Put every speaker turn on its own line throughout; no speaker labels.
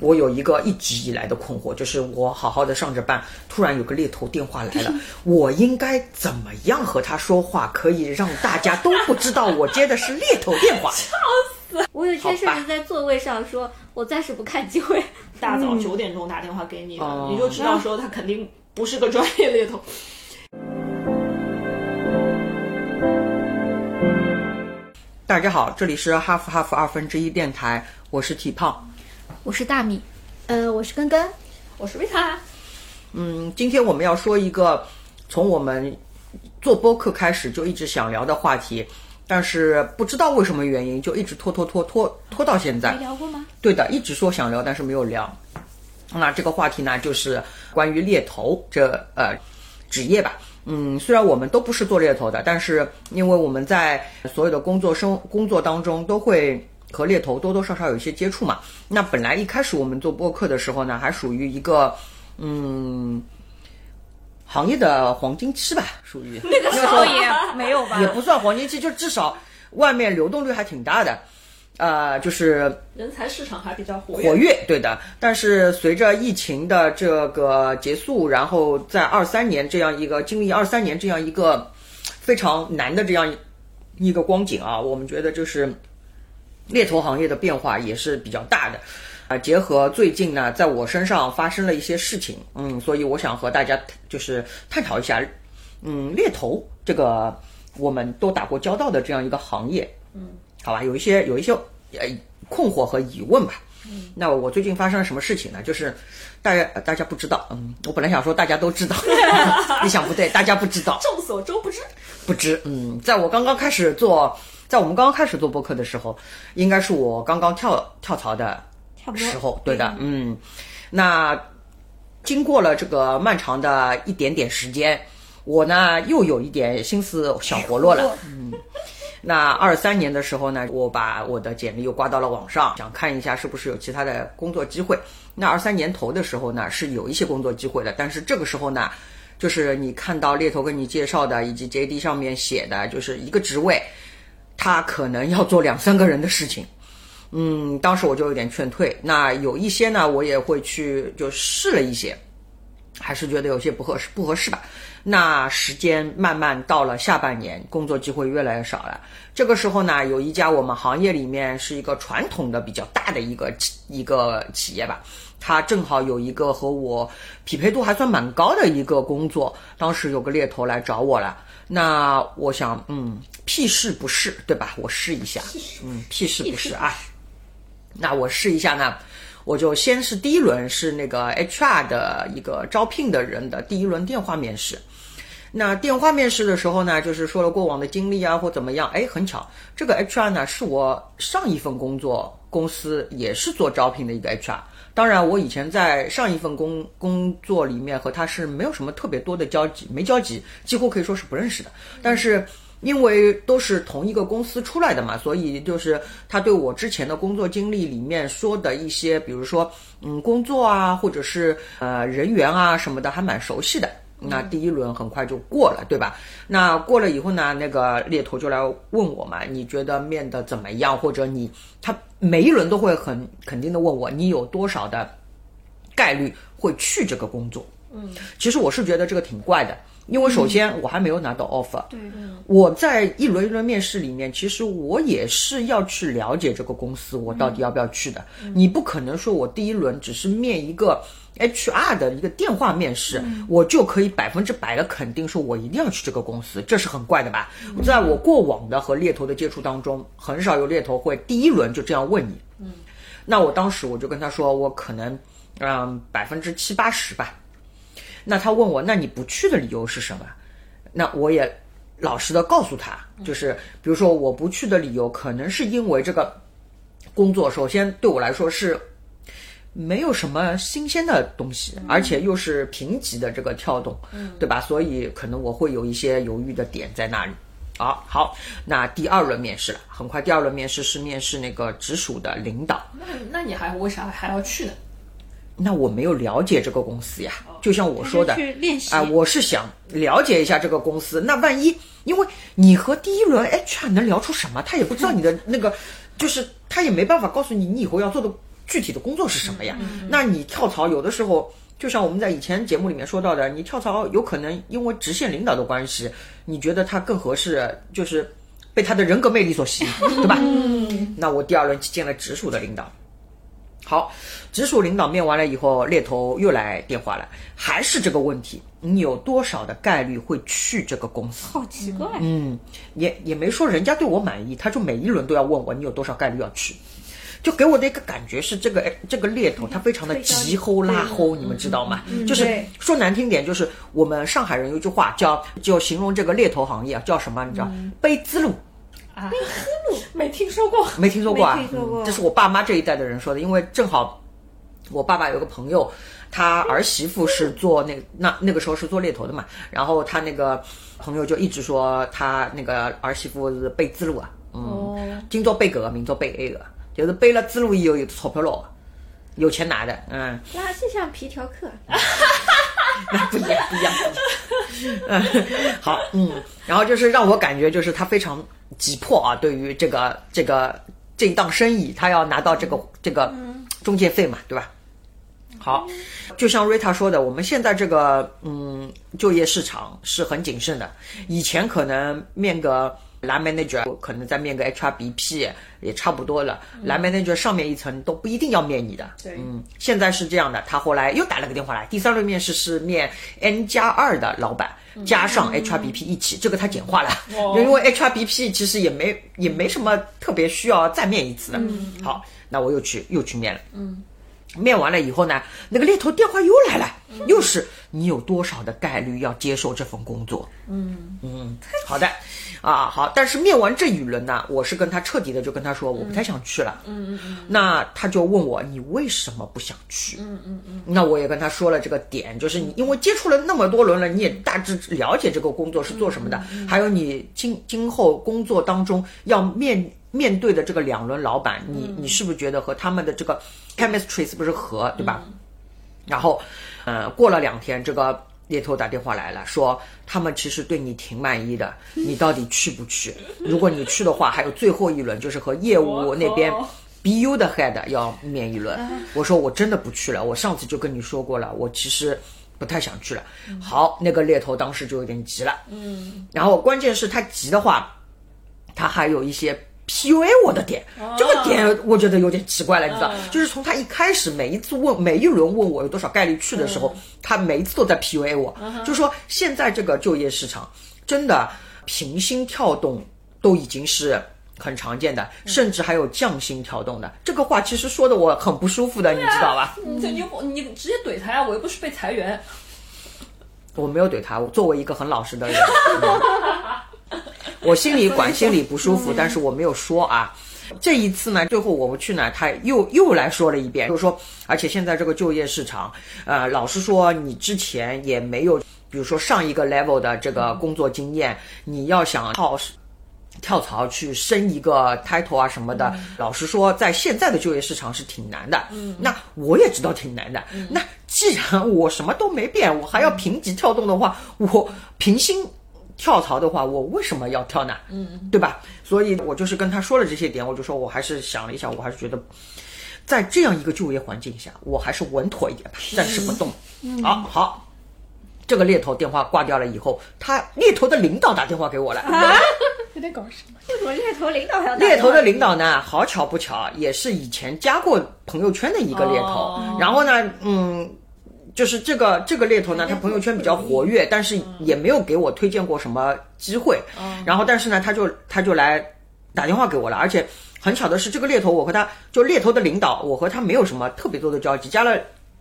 我有一个一直以来的困惑，就是我好好的上着班，突然有个猎头电话来 了，我应该怎么样和他说话，可以让大家都不知道我接的是猎头电话？
我有一天甚至在座位上说，我暂时不看机会。
大早九点钟打电话给你的，
哦
你就知道说他肯定不是个专业猎头。
大家好，这里是哈佛哈佛二分之一电台，我是体胖。
我是大米，
呃，我是根根，
我是维塔，
嗯，今天我们要说一个从我们做播客开始就一直想聊的话题，但是不知道为什么原因就一直拖拖拖拖拖到现在
没。聊过 吗？
对的，一直说想聊，但是没有聊。那这个话题呢，就是关于猎头这呃职业吧。嗯，虽然我们都不是做猎头的，但是因为我们在所有的工作生工作当中都会和猎头多多少少有一些接触嘛。那本来一开始我们做播客的时候呢，还属于一个嗯行业的黄金期吧，属于 那个时候
也没有吧
也不算黄金期，就至少外面流动率还挺大的。呃，就是
人才市场还比较活跃。
活跃，对的。但是随着疫情的这个结束，然后在二三年这样一个经历二三年这样一个非常难的这样一个光景啊，我们觉得就是猎头行业的变化也是比较大的。啊，结合最近呢，在我身上发生了一些事情，嗯，所以我想和大家就是探讨一下，嗯，猎头这个我们都打过交道的这样一个行业，好吧，有一些有一些呃困惑和疑问吧。那我最近发生了什么事情呢？就是大家呃大家不知道，嗯，我本来想说大家都知道，你想不对，大家不知道，
众所周不知，
不知，嗯，在我刚刚开始做，在我们刚刚开始做播客的时候，应该是我刚刚跳跳槽的
差不
时
多。
候，对的，嗯，那经过了这个漫长的一点点时间，我呢又有一点心思小活络了，嗯。那二三年的时候呢，我把我的简历又挂到了网上，想看一下是不是有其他的工作机会。那二三年头的时候呢，是有一些工作机会的，但是这个时候呢，就是你看到猎头跟你介绍的，以及 JD 上面写的，就是一个职位，他可能要做两三个人的事情。嗯，当时我就有点劝退。那有一些呢，我也会去就试了一些，还是觉得有些不合适，不合适吧。那时间慢慢到了下半年，工作机会越来越少了。这个时候呢，有一家我们行业里面是一个传统的比较大的一个企一个企业吧，它正好有一个和我匹配度还算蛮高的一个工作，当时有个猎头来找我了。那我想，嗯，屁事不是，对吧？我试一下，嗯，屁事不是啊。那我试一下呢，我就先是第一轮是那个 HR 的一个招聘的人的第一轮电话面试。那电话面试的时候呢，就是说了过往的经历啊，或怎么样。哎，很巧，这个 HR 呢是我上一份工作公司也是做招聘的一个 HR。当然，我以前在上一份工工作里面和他是没有什么特别多的交集，没交集，几乎可以说是不认识的。但是因为都是同一个公司出来的嘛，所以就是他对我之前的工作经历里面说的一些，比如说嗯工作啊，或者是呃人员啊什么的，还蛮熟悉的。那第一轮很快就过了，对吧？那过了以后呢，那个猎头就来问我嘛，你觉得面的怎么样？或者你他每一轮都会很肯定的问我，你有多少的概率会去这个工作？嗯，其实我是觉得这个挺怪的，因为首先我还没有拿到 offer，、
对，
我在一轮一轮面试里面，其实我也是要去了解这个公司，我到底要不要去的。你不可能说我第一轮只是面一个 HR 的一个电话面试，我就可以百分之百的肯定说我一定要去这个公司，这是很怪的吧？在我过往的和猎头的接触当中，很少有猎头会第一轮就这样问你。那我当时我就跟他说，我可能嗯百分之七八十吧。那他问我，那你不去的理由是什么？那我也老实的告诉他，就是比如说我不去的理由，可能是因为这个工作，首先对我来说是没有什么新鲜的东西，而且又是评级的这个跳动，对吧？所以可能我会有一些犹豫的点在那里。好，好，那第二轮面试了，很快第二轮面试是面试那个直属的领导，
那那你还为啥还要去呢？
那我没有了解这个公司呀，就像我说的，
去练习
啊、我是想了解一下这个公司。那万一，因为你和第一轮哎 HR 能聊出什么，他也不知道你的那个，就是他也没办法告诉你你以后要做的具体的工作是什么呀？那你跳槽有的时候。就像我们在以前节目里面说到的，你跳槽有可能因为直线领导的关系，你觉得他更合适，就是被他的人格魅力所吸引，对吧？那我第二轮见了直属的领导，好，直属领导面完了以后，猎头又来电话了，还是这个问题，你有多少的概率会去这个公司？
好奇怪，
嗯，也也没说人家对我满意，他就每一轮都要问我你有多少概率要去，就给我的一个感觉是这个哎这个猎头他非常的急吼拉吼，你们知道吗？就是
对
说难听点，就是我们上海人有一句话叫就形容这个猎头行业啊，叫什么？你知道？背滋路。
啊，没听说过，
没听说过啊，
没听说过
嗯这是我爸妈这一代的人说的，因为正好我爸爸有个朋友，他儿媳妇是做那那那个时候是做猎头的嘛，然后他那个朋友就一直说他那个儿媳妇是背资路啊，
哦
嗯，今朝背搿个，明朝背埃个，就是背了资路以后有钞票捞，有钱拿的，嗯，
垃圾上皮条客，
那不一样，不一样， 嗯，好，嗯，然后就是让我感觉就是他非常急迫啊，对于这个这个这一档生意，他要拿到这个这个中介费嘛，对吧？好，就像瑞塔说的，我们现在这个嗯就业市场是很谨慎的，以前可能面个。蓝 manager 可能再面个 HRBP 也差不多了，蓝 manager 上面一层都不一定要面你的，
对
嗯，现在是这样的，他后来又打了个电话来，第三轮面试是面 N 加二的老板，加上 HRBP 一起，这个他简化了，
哦
因为 HRBP 其实也没也没什么特别需要再面一次的。好，那我又去又去面了，嗯，面完了以后呢，那个猎头电话又来了，又是你有多少的概率要接受这份工作？嗯好的，啊好，但是面完这一轮呢，我是跟他彻底的就跟他说，我不太想去了。嗯嗯嗯。那他就问我，你为什么不想去？嗯嗯嗯。那我也跟他说了这个点，就是你因为接触了那么多轮了，你也大致了解这个工作是做什么的，还有你今今后工作当中要面。面对的这个两轮老板，你你是不是觉得和他们的这个 chemistry 是不是合，对吧？然后，呃，过了两天，这个猎头打电话来了，说他们其实对你挺满意的，你到底去不去？如果你去的话，还有最后一轮，就是和业务那边
哦。
BU 的 head 要面一轮，我说我真的不去了，我上次就跟你说过了，我其实不太想去了。好，那个猎头当时就有点急了，嗯，然后关键是他急的话，他还有一些 PUA 我的点，这个点我觉得有点奇怪了，你知道，就是从他一开始每一次问每一轮问我有多少概率去的时候，他每一次都在 PUA 我，就说现在这个就业市场真的平薪跳动都已经是。很常见的，甚至还有降薪跳动的，这个话其实说的我很不舒服的，你知道吧？
你这你又不你直接怼他呀，我又不是被裁员，
我没有怼他，我作为一个很老实的人，嗯我心里管心里不舒服，但是我没有说啊。这一次呢，最后我们去呢，他又又来说了一遍，就是说，而且现在这个就业市场，呃，老实说，你之前也没有，比如说上一个 level 的这个工作经验，你要想靠跳槽去升一个 title 啊什么的，老实说，在现在的就业市场是挺难的。嗯，那我也知道挺难的。那既然我什么都没变，我还要平级跳动的话，我平薪跳槽的话，我为什么要跳呢？嗯，对吧？所以我就是跟他说了这些点，我就说我还是想了一想，我还是觉得。在这样一个就业环境下，我还是嗯稳妥一点吧，暂时不动。好好，这个猎头电话挂掉了以后，他猎头的领导打电话给我了。
有点搞什么？
为什么猎头领导还要打电话
猎头的领导呢，好巧不巧，也是以前加过朋友圈的一个猎头。
哦
然后呢，嗯，就是这个这个猎头
嗯
呢，他朋友圈比较活跃，但是也没有给我推荐过什么机会。
嗯
然后，但是呢，他就他就来打电话给我了，而且很巧的是，这个猎头我和他就猎头的领导，我和他没有什么特别多的交集，加了。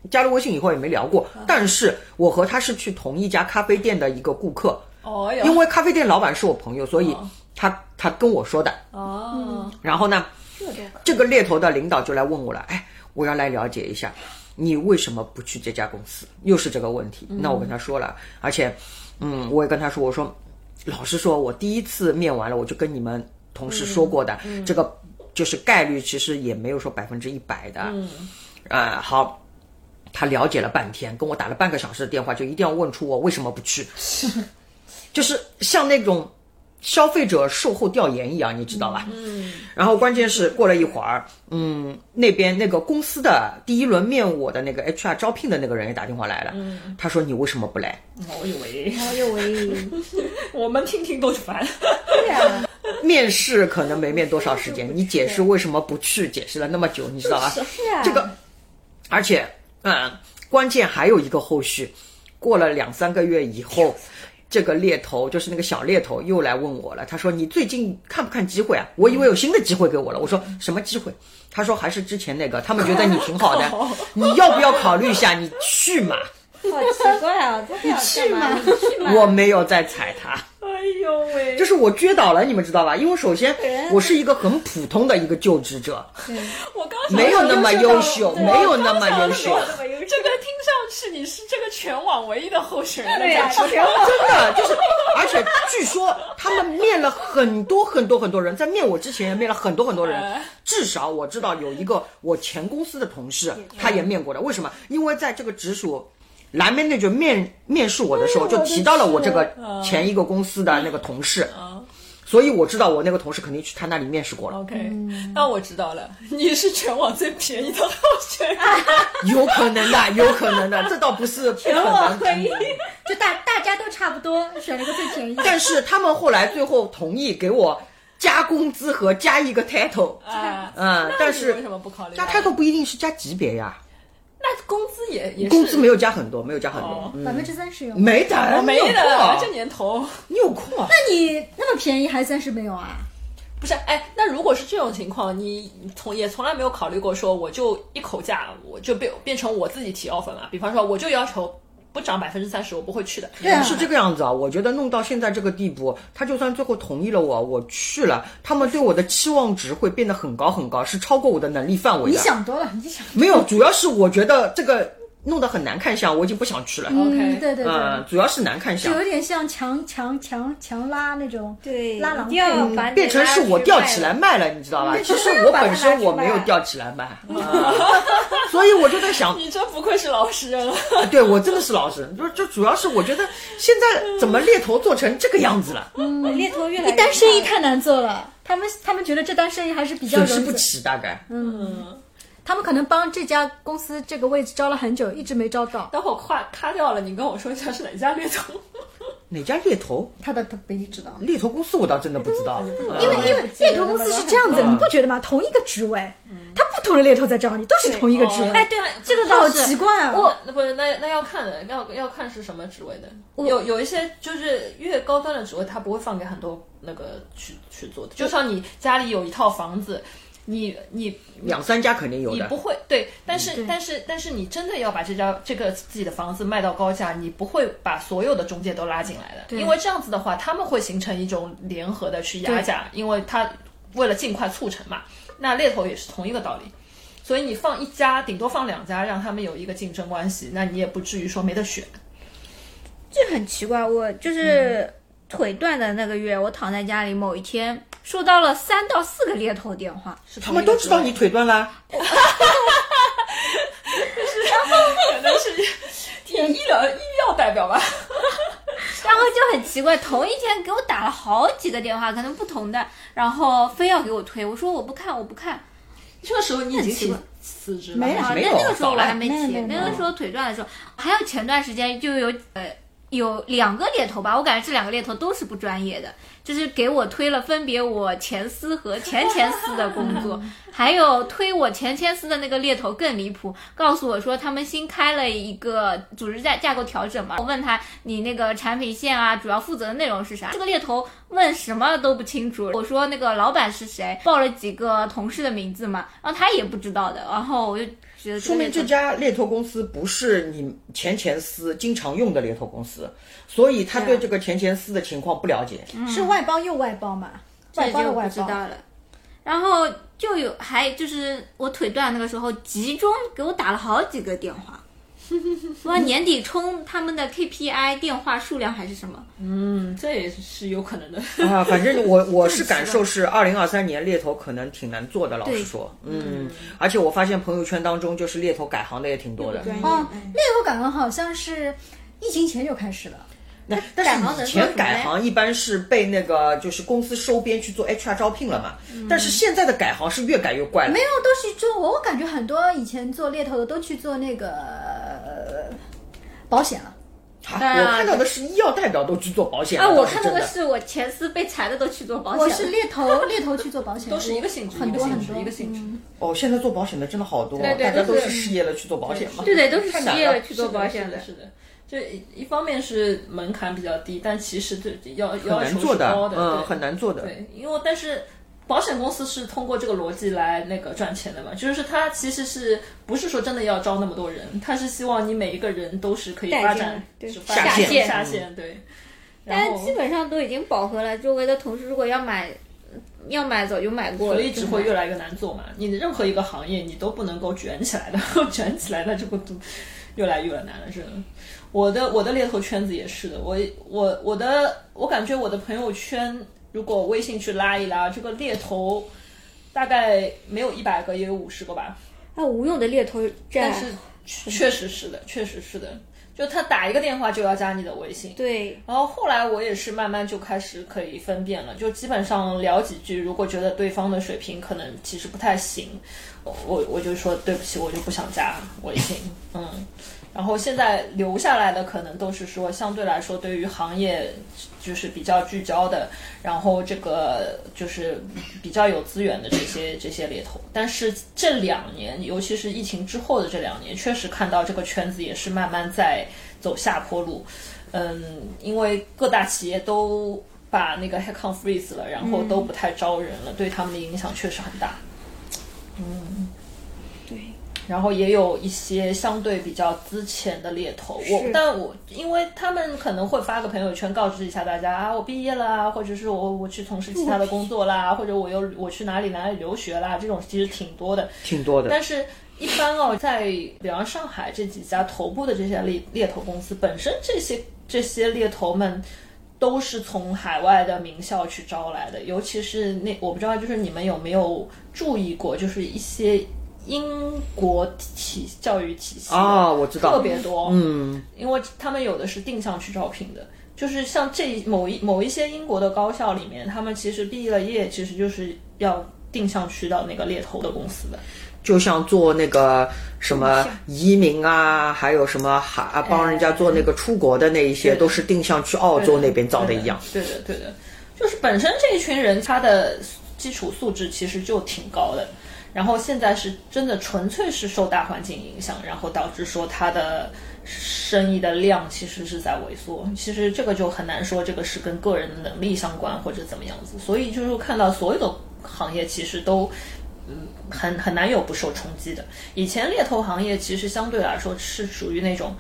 加了微信以后也没聊过，
嗯
但是我和他是去同一家咖啡店的一个顾客，
哦
因
哟，
为咖啡店老板是我朋友，所以
哦
他他跟我说的。
哦，
然后呢，这个猎头的领导就来问我了，哎，我要来了解一下，你为什么不去这家公司？又是这个问题。那我跟他说了，而且，嗯，我也跟他说，我说，老实说，我第一次面完了，我就跟你们同事说过的，这个就是概率，其实也没有说百分之一百的。嗯，啊、好。他了解了半天，跟我打了 半个小时的电话，就一定要问出我为什么不去，就是像那种消费者售后调研一样，你知道吧？嗯。然后关键是过了一会儿，嗯，那边那个公司的第一轮面我的那个 HR 招聘的那个人也打电话来了，他说你为什么不来？
我以为
然后又为 啊
我们听听都烦。
对呀，
面试可能没面多少时间，你解释为什么不去，解释了那么久，你知道吧？
是啊，
这个，而且，嗯，关键还有一个后续，过了两三个月以后，这个猎头就是那个小猎头又来问我了，他说你最近看不看机会啊？
嗯
我以为有新的机会给我了，我说什么机会？他说还是之前那个，他们觉得你挺 好的，
哦
你要不要考虑一下？你去嘛，
好奇怪啊！他想干嘛？你去嘛？
我没有再踩他。
哎呦喂，
就是我撅倒了，你们知道吧？因为首先
人
我是一个很普通的一个就职者，
我刚想
没有那么优秀，
对啊
没有那么优
我
秀
刚，想说这个听上去你是这个全网唯一的候选人，
对呀，
感觉
全网
真的就是，而且据说他们面了很多很多很多人，在面我之前也面了很多很多人
哎，
至少我知道有一个我前公司的同事，他也面过的。为什么？因为在这个直属。蓝妹那就面面试我的嗯时候，就提到了我这个前一个公司的那个同事，
啊
所以我知道我那个同事肯定去他那里面试过了，
OK，那我知道了，你是全网最便宜的候选 人。
有可能的，有可能的，这倒不 是不可
全
能
网唯一， 就大大家都差不多，选了个最便宜的。
但是他们后来最后同意给我加工资和加一个 title，
哎，
嗯
那，
但
你为
是
什么不考虑
加
啊？
title 不一定是加级别呀，
那工资也也是
工资没有加很多，没有加很多
哦，
嗯
百分之三十有吗，
没的，
哎没
你有空
的
啊，
这年头
你有空 啊？
那你那么便宜还三十没有啊？
不是哎。那如果是这种情况，你从也从来没有考虑过说，我就一口价，我就变变成我自己提 offer 嘛？比方说，我就要求不涨百分之三十，我不会去的。
对啊
是这个样子啊，我觉得弄到现在这个地步，他就算最后同意了我，我去了，他们对我的期望值会变得很高很高，是超过我的能力范围
你
的。
想多了，你想
没有，主要是我觉得这个弄得很难看相，我已经不想去了。
OK
嗯，对对对，
嗯，主要是难看
就
相。
有点像强强强强拉那种，
对
拉郎
一定要
配
把你
嗯变成是我吊起
拉
来卖了，你知道吧？
你
其
真
实
的要
我
把它
本身我没有
拿出来
吊起来卖，啊所以我就在想，
你真不愧是老实人了。
对我真的是老实，就就主要是我觉得现在怎么猎头做成这个样子
嗯
了，
去卖，猎头越来
一
越
单生意
大
太难做了，他们他们觉得这单生意还是比较
损
容
失
易
不
做，
起大概。
嗯，
他们可能帮这家公司这个位置招了很久，一直没招到，
待会儿跨卡掉了，你跟我说一下是哪家猎头。
哪家猎头？
他的被你知道。嗯
猎头公司我倒真的不知道，呃
因为因为猎头公司是这样子的，
嗯
你不觉得吗？同一个职位，他不同的猎头在招你，都是同一个职
哦
位，
哎，对了，
这个好奇怪啊！
我哦那不是那那要看的，要要看是什么职位的。有有一些就是越高端的职位，他不会放给很多那个去去做的。就像你家里有一套房子，你你
两三家肯定有
你
的
不。会对，但是
嗯对
但是但是你真的要把这家这个自己的房子卖到高价，你不会把所有的中介都拉进来的，
对
因为这样子的话，他们会形成一种联合的去压价，因为他为了尽快促成嘛。那猎头也是同一个道理。所以你放一家，顶多放两家，让他们有一个竞争关系，那你也不至于说没得选。
这很奇怪，我
嗯
就是腿断的那个月，我躺在家里，某一天收到了三到四个猎头电话，
是
他
同一
们
个
都知道
职位
你腿断了，
可能是医医疗医药代表吧。
然后就很奇怪，同一天给我打了好几个电话，可能不同的，然后非要给我推，我说我不看，我不看。
这个时 候你已经
奇
提
怪
辞职了，
没
啊，
没
那
有
那个时候我还没
没有
提，
没有
那个时候腿断的时候，还有前段时间就有呃有两个猎头吧，我感觉这两个猎头都是不专业的，就是给我推了分别我前司和前前司的工作，还有推我前前司的那个猎头更离谱，告诉我说他们新开了一个组织架架构调整嘛，我问他你那个产品线啊，主要负责的内容是啥？这个猎头问什么都不清楚。我说那个老板是谁，报了几个同事的名字嘛，然后他也不知道的，然后我就觉得
说明这
个猎头
家猎头公司不是你前前司经常用的猎头公司，所以他
啊
对这个前前司的情况不了解。
是外包又外包嘛，
嗯这
外包又
就
外
不知道
包，
了。然后就有还就是我腿断那个时候，集中给我打了好几个电话， 说年底冲他们的 KPI 电话数量还是什么。
嗯，这也是有可能的。
啊，反正 我我是感受是二零二三年猎头可能挺难做的，老实
对
说，嗯，而且我发现朋友圈当中就是
嗯
嗯
猎头改行的也挺多的，
哦，猎头感恩好像是疫情前就开始了，
那但
改行
是
能
以
做
前
什么
改
嘞
行一般是被那个就是公司收编去做 HR 招聘了嘛，但是现在的改行是越改越怪了
没。有，都是就我感觉很多以前做猎头的都去做那个、呃保险了。
啊
当然
我
啊
看到的是医药代表都去做保险了，
啊，我
倒是
看到
真
的
的
是我前司被裁的都去做保险了，
我是猎头，猎头去做保险，
都是一个性质，
很
一个
多
性
很
质，
多
一个性质。
嗯
哦，现在做保险的真的好多哦，
对对
大家
都
都是
是
失业了去做保险嘛。
对对，都是
太
失
难
业
了
了去做保险的。
是的，这一方面是门槛比较低，但其实这要
很
要
难
求
做
是高的，
嗯，
对
很难做的。
对，因为但是保险公司是通过这个逻辑来那个赚钱的嘛，就是它其实是不是说真的要招那么多人，它是希望你每一个人都是可以
带
发
进
展，
对
是发
下
展
线
下
嗯
线对。然
但
哦
后
基本上都已经饱和了，周围的同事如果要买，要买早就买过了，
所以只会
真的
越来越难做嘛。你的任何一个行业，你都不能够卷起来的， 卷起来那这个都越来越难了。真的，我的我的猎头圈子也是的，我我我的我感觉我的朋友圈，如果微信去拉一拉，这个猎头大概没有一百个，也有五十个吧。
啊，无用的猎头
但
战，
是确实是的，确实是的，就他打一个电话就要加你的微信。
对，
哦
然后后来我也是慢慢就开始可以分辨了，就基本上聊几句，如果觉得对方的水平可能其实不太行，我我我就说对不起，我就不想加微信，嗯。然后现在留下来的可能都是说，相对来说对于行业就是比较聚焦的，然后这个就是比较有资源的这些这些猎头。但是这两年，尤其是疫情之后的这两年，确实看到这个圈子也是慢慢在走下坡路。嗯，因为各大企业都把那个 headcount freeze 了，然后都不太招人了，对他们的影响确实很大。嗯然后也有一些相对比较资浅的猎头，我
是
但我因为他们可能会发个朋友圈告知一下大家啊，我毕业啦，或者是我我去从事其他的工作啦，或者我又我去哪里哪里留学啦，这种其实挺多的。
挺多的。
但是，一般哦，在比方上海这几家头部的这些猎猎头公司，本身这些这些猎头们都是从海外的名校去招来的，尤其是那我不知道，就是你们有没有注意过，就是一些英国体教育体系的
哦我知道
特别多，
嗯，
因为他们有的是定向去招聘的，就是像这一某一某一些英国的高校里面，他们其实毕了业，其实就是要定向去到那个猎头的公司的。
就像做那个什么移民啊，还有什么还啊帮人家做那个出国的那一些，
对的
都是定向去澳洲那边招的
对
一样。。
对的，对的，就是本身这一群人他的基础素质其实就挺高的，然后现在是真的纯粹是受大环境影响，然后导致说他的生意的量其实是在萎缩。其实这个就很难说这个是跟个人的能力相关或者怎么样子，所以就是看到所有的行业其实都。嗯很很难有不受冲击的。以前猎头行业其实相对来说是属于那种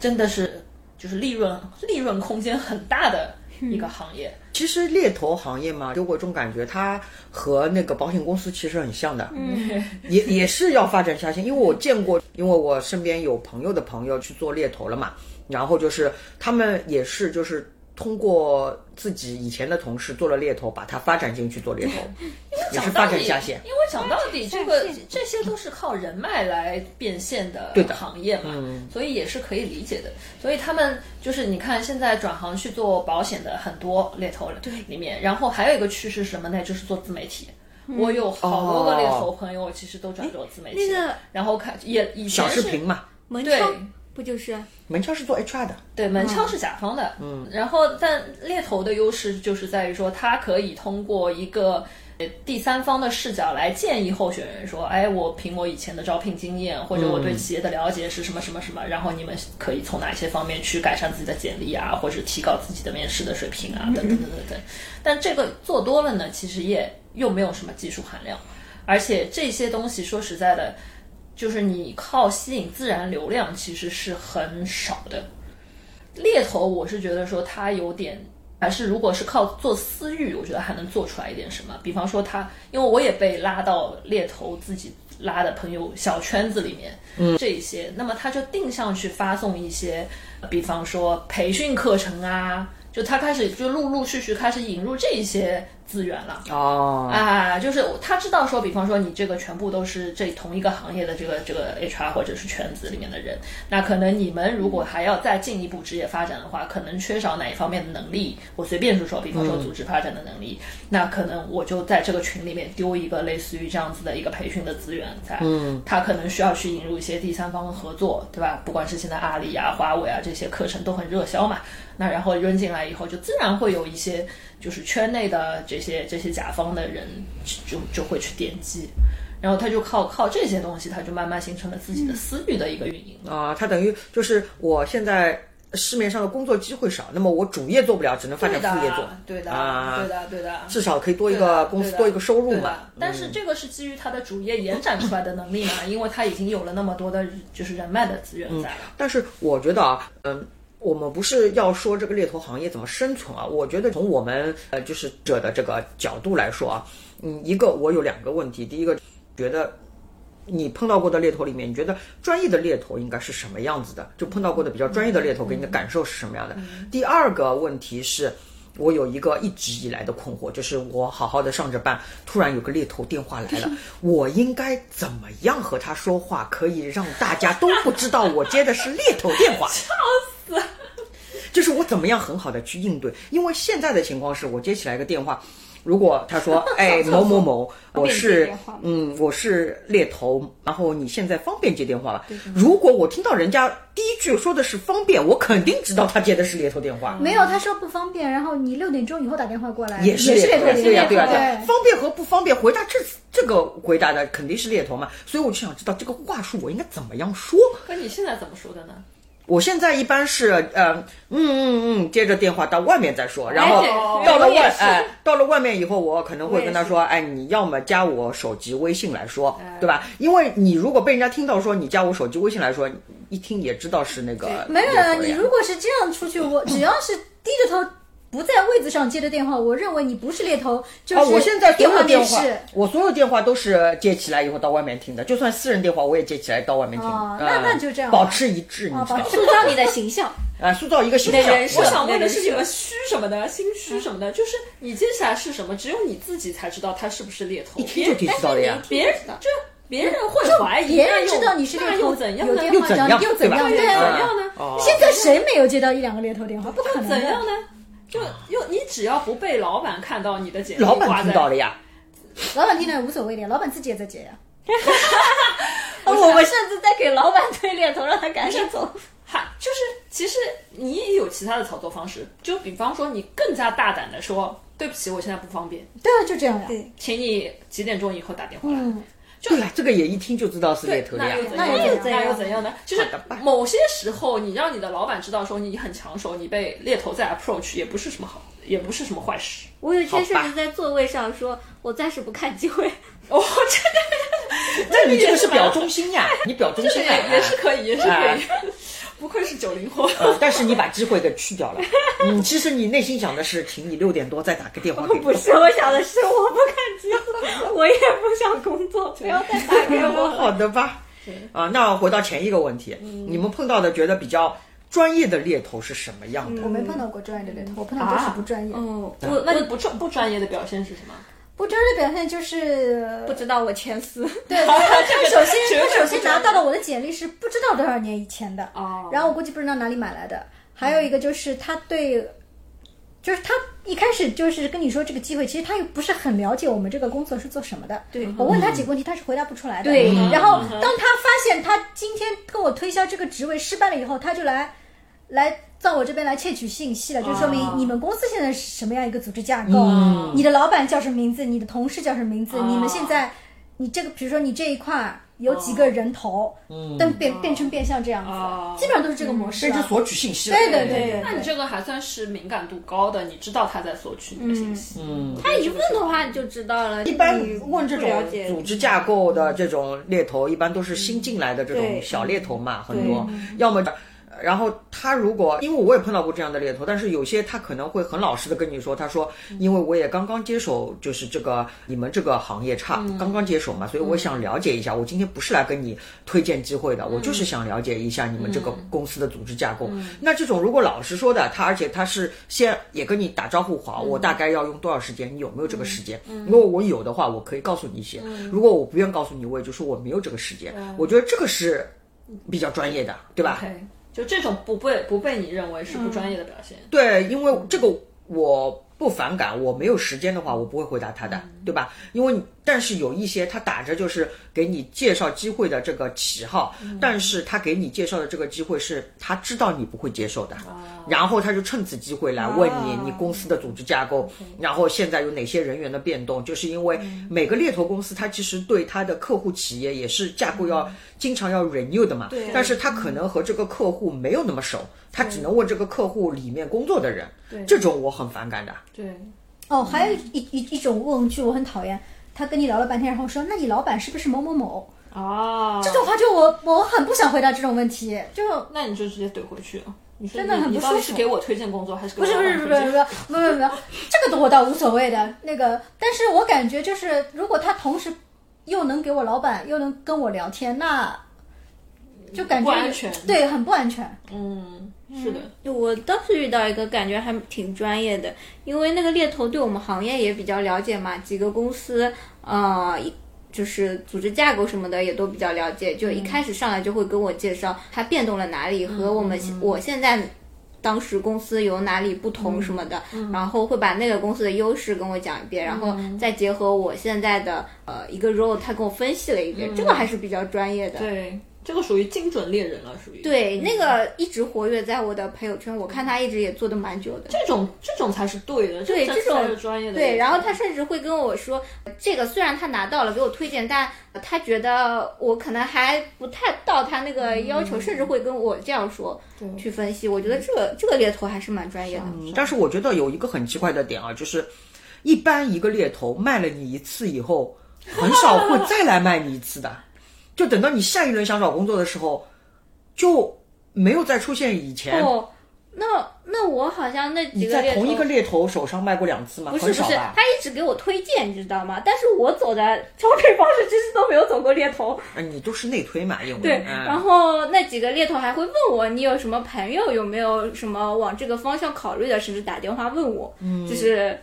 真的是就是利润利润空间很大的一个行业。
其实猎头行业嘛，给我一种感觉，它和那个保险公司其实很像的，嗯，也也是要发展下线。因为我见过，因为我身边有朋友的朋友去做猎头了嘛，然后就是他们也是就是通过自己以前的同事做了猎头，把它发展进去做 猎头，也是
讲
发
道
展
理，
下线。
因为讲到底，这个
下线
这些都是靠人脉来变现的
对的嗯
行业嘛，所以也是可以理解的。所以他们就是你看，现在转行去做保险的很多猎头了，里面，然后还有一个趋势是什么呢？就是做自媒体。我有好多个猎
哦
头朋友，其实都转做自媒体了，
那个
然后看也以前
小视
是
频嘛，
门
对
窗不 就是
门窗是做 HR 的，
对，门窗是甲方的，嗯，然后但猎头的优势就是在于说，他可以通过一个呃第三方的视角来建议候选人说，哎，我凭我以前的招聘经验，或者我对企业的了解是什么什么什么，然后你们可以从哪些方面去改善自己的简历啊，或者提高自己的面试的水平啊，等等等等等。但这个做多了呢，其实也又没有什么技术含量，而且这些东西说实在的。就是你靠吸引自然流量，其实是很少的。猎头，我是觉得说他有点，还是如果是靠做私域，我觉得还能做出来一点什么。比方说他，因为我也被拉到猎头自己拉的朋友小圈子里面，嗯，这一些，那么他就定向去发送一些，呃比方说培训课程啊，就他开始就陆陆续续开始引入这一些资源了。
哦，
啊，就是他知道说，比方说你这个全部都是这同一个行业的这个这个 HR 或者是圈子里面的人，那可能你们如果还要再进一步职业发展的话，可能缺少哪一方面的能力，我随便说说，比方说组织发展的能力，那可能我就在这个群里面丢一个类似于这样子的一个培训的资源在，嗯，他可能需要去引入一些第三方合作，对吧？不管是现在阿里啊、华为啊这些课程都很热销嘛，那然后扔进来以后，就自然会有一些就是圈内的这些这些甲方的人就就会去点击，然后他就靠靠这些东西，他就慢慢形成了自己的私域的一个运营了。
啊，它等于就是我现在市面上的工作机会少，那么我主业做不了，只能发展
对的
副业做，，
对的，
啊
对的，对的。
至少可以多一
对
个
的
公司
对的
多一个收入
对
嘛
吧。？但是这个是基于他的主业延展出来的能力嘛，因为他已经有了那么多的，就是人脉的资源在了。
但是我觉得啊，嗯。我们不是要说这个猎头行业怎么生存啊？我觉得从我们呃就是者的这个角度来说啊，嗯，一个我有两个问题，第一个觉得你碰到过的猎头里面，你觉得专业的猎头应该是什么样子的？就碰到过的比较专业的猎头给你的感受是什么样的？第二个问题是。我有一个一直以来的困惑，就是我好好的上着班，突然有个猎头电话来了，我应该怎么样和他说话，可以让大家都不知道我接的是猎头电话？笑死！就是我怎么样很好的去应对，因为现在的情况是我接起来一个电话，如果他说，哎，某某某，我
方便接
是
电话吗
嗯，我是猎头，然后你现在方便接电话了。如果我听到人家第一句说的是方便，我肯定知道他接的是猎头电话。
没有，他说不方便，然后你六点钟以后打电话过来，
也
是
猎
猎头
头，对呀、对
对
呀、对呀、方便和不方便回答这这个回答的肯定是猎头嘛，所以我就想知道这个话术我应该怎么样说。
可你现在怎么说的呢？
我现在一般是呃嗯嗯嗯，接着电话到外面再说，然后
哦
哎对
到了
我
外
也是
哎、到了外面以后，我可能会跟他说，
我
哎，你要么加我手机微信来说
哎，
对吧？因为你如果被人家听到说你加我手机微信来说，一听也知道是那个
没有
猎
啊，
头
你
呀
如果是这样出去，我只要是低着头不在位子上接的电话，我认为你不是猎头，就是、
啊，我现在所
电
有
话
电
面
话
试。，
我所有电话都是接起来以后到外面听的，就算私人电话我也接起来到外面听。
哦
嗯
那那就这样吧
保持一致，你
啊
知道
保
吗？
持
塑造你的形象，
啊，塑造一个形象。
你的人设
我想问的
对
是
人设
你们虚什么的，心虚什么的，就是你接下来是什么，只有你自己才知道他是不是猎头，
一听就
别
哎
知道了呀
别人这别人会怀疑，
别人
那又
知道你是猎
那
头，
又怎样
有
呢？
电
又
话
怎
找
样
哎你又
对
怎
吧
样？
对
啊
怎
对，
样呢？
哦
现在谁没有接到一两个猎头电话？不可能啊
怎样
的。
呢？
嗯
就又你只要不被老板看到你的简历
老
挂
板
在
听到了呀，
老板听了无所谓的，老板自己也在接呀。
哦我们甚至在给老板推猎头，让他赶紧走。
哈，就是其实你也有其他的操作方式，就比方说你更加大胆的说，对不起，我现在不方便，
对啊，就这样呀。
对
请你几点钟以后打电话来。
嗯，
对呀，这个也一听就知道是猎
对，
头的
那
呀
又。怎
那
样？
又
怎
那又
样
怎样呢？就是
好的吧
某些时候，你让你的老板知道说你很抢手，你被猎头在 approach 也不是什么好，也不是什么坏事。
我有一天
好吧
甚至在座位上说，我暂时不看机会。
哦，这
那你这个是表忠心呀，你表忠心
个
呀，
也也是可以，也是可
哎
以。不愧是九零后，
呃但是你把机会给去掉了。嗯，其实你内心想的是，请你六点多再打个电话 给
不
我。
啊
是，啊我想的是我不看机会，我也不想工 作，不要再打给我了。
好的吧。啊，那回到前一个问题，你们碰到的觉得比较专业的猎头是什么样
嗯
的？
我没碰到过专业的猎头，我碰到都是不专业。
哦，
不
我那
那你
你
不专不专业的表现是什么？
不专业的表现就是
不知道我前司。
对，他他首先
绝对
他首
不
先
知
拿
道
到了我的简历是不知道多少年以前的，
哦
然后我估计不知道哪里买来的。还有一个就是他对，就是他一开始就是跟你说这个机会，其实他又不是很了解我们这个工作是做什么的。
对
我问他几个问题，他是回答不出来的。
对嗯
然后当他发现他今天跟我推销这个职位失败了以后，他就来来。到我这边来窃取信息了，就说明
哦
你们公司现在是什么样一个组织架构？
嗯
你的老板叫什么名字？你的同事叫什么名字？
哦
你们现在你这个，比如说你这一块儿有几个人头，但变变成变相这样子，
哦
基本上都是这个模式啊
这就
了。
索取信息了。
对对对对
那你这个还算是敏感度高的，你知道他在索取你的信息。
嗯，
他一问的话你就知道了。
一般
你
问这
不了
种
解
组织架构的这种猎头，一般都是新进来的这种
对
小猎头嘛，很
对
多，要么。呃然后他如果，因为我也碰到过这样的猎头，但是有些他可能会很老实的跟你说，他说，因为我也刚刚接手，就是这个你们这个行业差，刚刚接手嘛，所以我想了解一下，我今天不是来跟你推荐机会的，我就是想了解一下你们这个公司的组织架构。那这种如果老实说的，他而且他是先也跟你打招呼好，我大概要用多少时间，你有没有这个时间？如果我有的话，我可以告诉你一些；如果我不愿告诉你，我也就说我没有这个时间。我觉得这个是比较专业的，对吧？
OK，就这种不被不被你认为是不专业的表现，
对，因为这个我不反感，我没有时间的话，我不会回答他的，对吧？因为你但是有一些他打着就是给你介绍机会的这个旗号，但是他给你介绍的这个机会是他知道你不会接受的，然后他就趁此机会来问你、
哦
你公司的组织架构，然后现在有哪些人员的变动，就是因为每个猎头公司它其实对它的客户企业也是架构要经常要 renew 的嘛，
对
但是他可能和这个客户没有那么熟，他只能问这个客户里面工作的人，这种我很反感的。
对，
哦，还有一一一种问句我很讨厌，他跟你聊了半天，然后说，那你老板是不是某某某？
哦，
这种话就我我很不想回答这种问题，就
那你就直接怼回去了。你说
真的
你
很
你
不
到底
舒
是
服
给我推荐工作还是给
不是
我
不
老
是
板
不
推
是不是
荐
不是不是不是，这个我倒无所谓的。那个，但是我感觉就是，如果他同时又能给我老板，又能跟我聊天，那就感觉
不安全
对，很不安全。
嗯，是的，
我倒是遇到一个感觉还挺专业的，因为那个猎头对我们行业也比较了解嘛，几个公司呃，就是组织架构什么的也都比较了解，就一开始上来就会跟我介绍它变动了哪里和我们、我现在。当时公司有哪里不同什么的，然后会把那个公司的优势跟我讲一遍，然后再结合我现在的呃一个 role，他跟我分析了一遍，这个还是比较专业的。
对，这个属于精准猎人了，属于
对，那个一直活跃在我的朋友圈，我看他一直也做的蛮久的。
这种这种才是对的，
对
这
这
才是
种
专业的猎人。
对，然后他甚至会跟我说，这个虽然他拿到了给我推荐，但他觉得我可能还不太到他那个
嗯
要求，甚至会跟我这样说去分析。我觉得这个这个猎头还是蛮专业的。
嗯但是我觉得有一个很奇怪的点啊，就是一般一个猎头卖了你一次以后，很少会再来卖你一次的，就等到你下一轮想找工作的时候，就没有再出现以前。
啊
哦，那那我好像那
你
几个
在
猎头
同一个猎头手上卖过两次吗？
不是
很
不
少
是，
吧
他？一直给我推荐，你知道吗？但是我走的招聘方式其实都没有走过猎头。
呃你都是内推嘛，因为
对，
嗯
然后那几个猎头还会问我，你有什么朋友，有没有什么往这个方向考虑的，甚至打电话问我，就是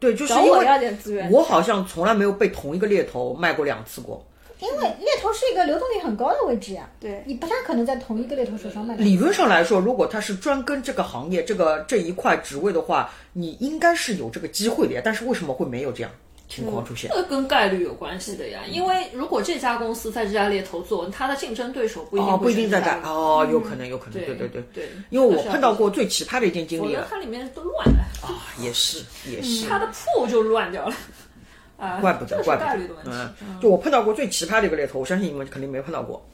对，嗯就是
找
因
我
为
要点资源。
我好像从来没有被同一个猎头卖过两次
嗯
过。
因为猎头是一个流动率很高的位置呀、
对
你不太可能在同一个猎头手上卖。
理论上来说，如果他是专跟这个行业、这个这一块职位的话，你应该是有这个机会的呀。但是为什么会没有这样情况出现
嗯
这？个跟概率有关系的呀，因为如果这家公司在这家猎头做，它的竞争对手不一定
哦，不
会
一定
选这
在
家
干
嗯
公司
哦，有可能，有可能，对
对
对
对
对。因为我碰到，过哦最奇葩的一件
那
经
是
历
要我觉得
啊，
它里面都乱了，
也是也
嗯
是，
它的铺就乱掉了，啊，
怪不
这
得
个是
怪
概
不
率
得
的问，
嗯
题，，
就我碰到过最奇葩的一个猎头，我相信你们肯定没碰到过。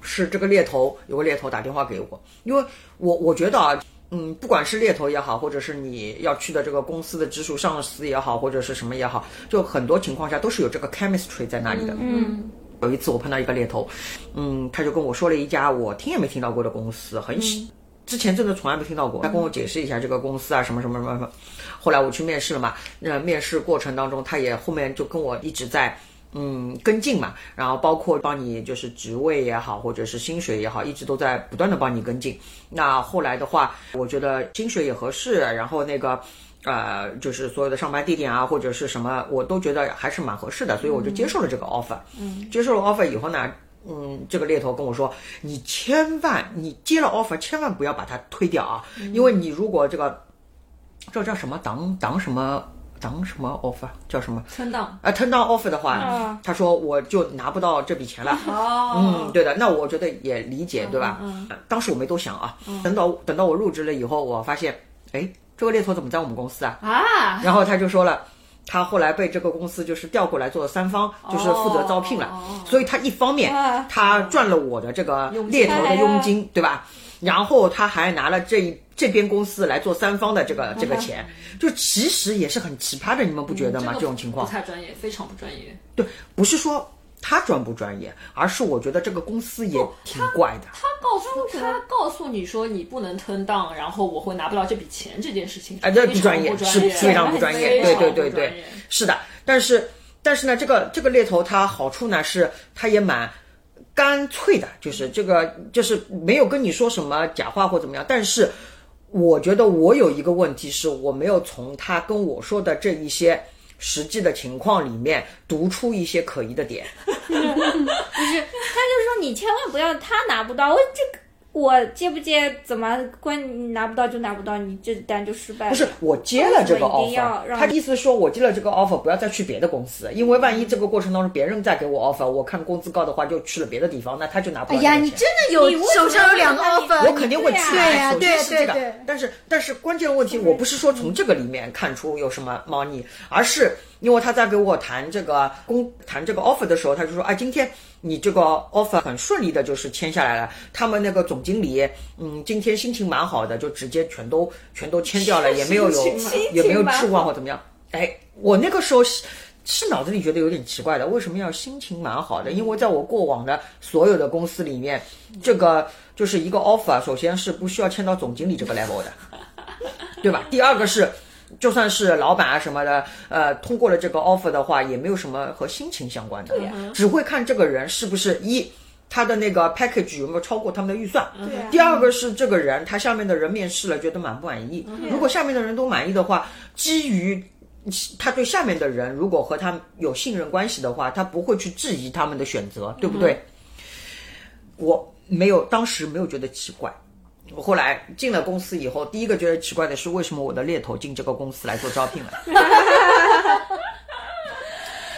是这个猎头有个猎头打电话给我，因为我我觉得啊，嗯，不管是猎头也好，或者是你要去的这个公司的直属上司也好，或者是什么也好，就很多情况下都是有这个 chemistry 在那里的。
嗯
有一次我碰到一个猎头，嗯，他就跟我说了一家我听也没听到过的公司，很喜、
嗯
之前真的从来没听到过。他跟我解释一下这个公司啊，什么什么什么什么。后来我去面试了嘛，那面试过程当中，他也后面就跟我一直在。嗯，跟进嘛，然后包括帮你就是职位也好，或者是薪水也好，一直都在不断的帮你跟进。那后来的话，我觉得薪水也合适，然后那个呃，就是所有的上班地点啊，或者是什么，我都觉得还是蛮合适的，所以我就接受了这个 offer。嗯，接受了 offer 以后呢，嗯，这个猎头跟我说，你千万，你接了 offer 千万不要把它推掉啊，因为你如果这个，这叫什么挡挡什么挡什么 offer 叫什么？
撑档
啊，turn down offer 的话，他说我就拿不到这笔钱了。
嗯哦
嗯，，对的，那我觉得也理解，对吧？呃
嗯
当时我没多想啊，等到等到我入职了以后，我发现，哎，这个猎头怎么在我们公司啊？
啊，
然后他就说了。他后来被这个公司就是调过来做三方，就是负责招聘了，
哦嗯
所以他一方面
啊
他赚了我的这个猎头的佣
哎
金，对吧？然后他还拿了这一这边公司来做三方的这个这个钱，就其实也是很奇葩的，你们不觉得吗？
嗯这
这种情况
不，太专业，非常不专业，
对，不是说他专不专业，而是我觉得这个公司也挺怪的。
他告诉他告诉你说你不能 turn down，然后我会拿不到这笔钱这件事情，
哎，这
这
不专业，是非常不专业，对对对对，是的。但是但是呢，这个这个猎头它好处呢是它也蛮干脆的，就是这个就是没有跟你说什么假话或怎么样。但是我觉得我有一个问题是我没有从他跟我说的这一些实际的情况里面读出一些可疑的点。
就是他就说你千万不要他拿不到，我这个我接不接怎么关你拿不到就拿不到，你这单就失败了。
不是我接了这个
为什么一定要
offer，
让
他意思说我接了这个 offer，不要再去别的公司，因为万一这个过程当中别人再给我 offer，我看工资高的话就去了别的地方，那他就拿不
哎
到
呀，
这个
你
钱
真的有
你为什么
手上有两个
要让他
offer，
我肯定会去，
对
啊
哎
对啊
首先是这
对对
个
对，
但是但是关键的问题，我不是说从这个里面看出有什么猫腻，而是因为他在给我谈这个公谈这个 offer 的时候，他就说啊，今天你这个 offer 很顺利的，就是签下来了。他们那个总经理，嗯，今天心情蛮好的，就直接全都全都签掉了，也没有有
心情
也没有
蛮好
质问或怎么样。哎，我那个时候是是脑子里觉得有点奇怪的，为什么要心情蛮好
嗯
的？因为在我过往的所有的公司里面，这个就是一个 offer，首先是不需要签到总经理这个 level 的， 对吧？第二个是。就算是老板啊什么的，呃，通过了这个 offer 的话，也没有什么和心情相关的，
对呀
只会看这个人是不是一他的那个 package 有没有超过他们的预算，
对啊
第二个是这个人，他下面的人面试了，觉得满不满意？
嗯
如果下面的人都满意的话，基于他对下面的人如果和他有信任关系的话，他不会去质疑他们的选
嗯
择，对不对？我没有，当时没有觉得奇怪。我后来进了公司以后，第一个觉得奇怪的是，为什么我的猎头进这个公司来做招聘了？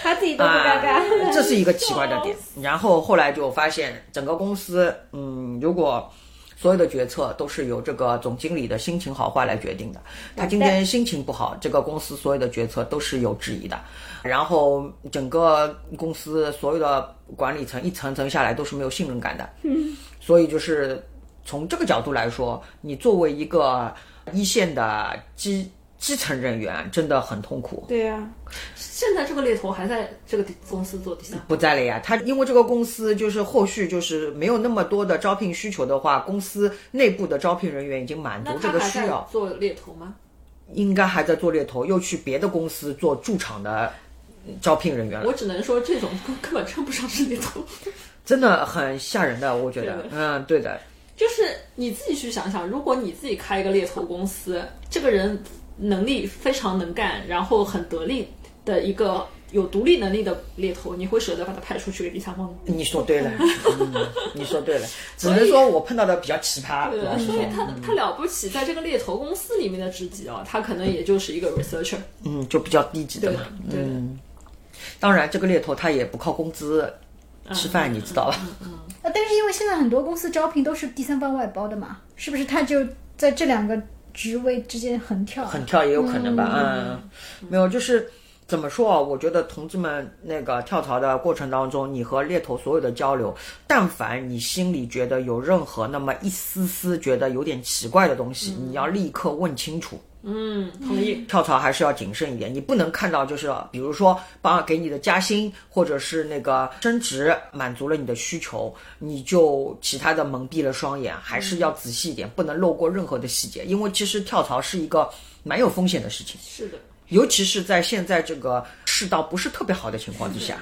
他自己都不尴尬。
这是一个奇怪的点。然后后来就发现，整个公司，嗯，如果所有的决策都是由这个总经理的心情好坏来决定的，他今天心情不好，这个公司所有的决策都是有质疑的。然后整个公司所有的管理层一层层下来都是没有信任感的。嗯，所以就是从这个角度来说，你作为一个一线的基基层人员，真的很痛苦。
对啊呀，
现在这个猎头还在这个公司做第三，
不在了呀，他因为这个公司就是后续就是没有那么多的招聘需求的话，公司内部的招聘人员已经满足
那
这
他
个
还
需
在
要，
做猎头吗？
应该还在做猎头，又去别的公司做驻场的嗯招聘人员了
我，只能说这种根本称不上是猎头。
真的很吓人的，我觉得
对，
嗯，对的，
就是你自己去想想，如果你自己开一个猎头公司，这个人能力非常能干，然后很得力的一个有独立能力的猎头，你会舍得把他派出去给第三方？
你说对了，嗯，你说对 了，只能说我碰到的比较奇葩，
对
主
吧
要？是
所以
说，
他他了不起，在这个猎头公司里面的职级哦，他可能也就是一个 researcher，
嗯，就比较低级的
对
嘛
的，，对的。
嗯当然这个猎头他也不靠工资
嗯
吃饭，你知道吧？
啊，但是因为现在很多公司招聘都是第三方外包的嘛，是不是？他就在这两个职位之间横跳啊，
很跳也有可能吧，嗯，没有，就是怎么说啊？我觉得同志们那个跳槽的过程当中，你和猎头所有的交流，但凡你心里觉得有任何那么一丝丝觉得有点奇怪的东西，你要立刻问清楚。
嗯，同意。
跳槽还是要谨慎一点，你不能看到就是比如说帮给你的加薪或者是那个升职满足了你的需求，你就其他的蒙蔽了双眼，还是要仔细一点，不能漏过任何的细节，因为其实跳槽是一个蛮有风险的事情。
是的，
尤其是在现在这个世道不是特别好的情况之下，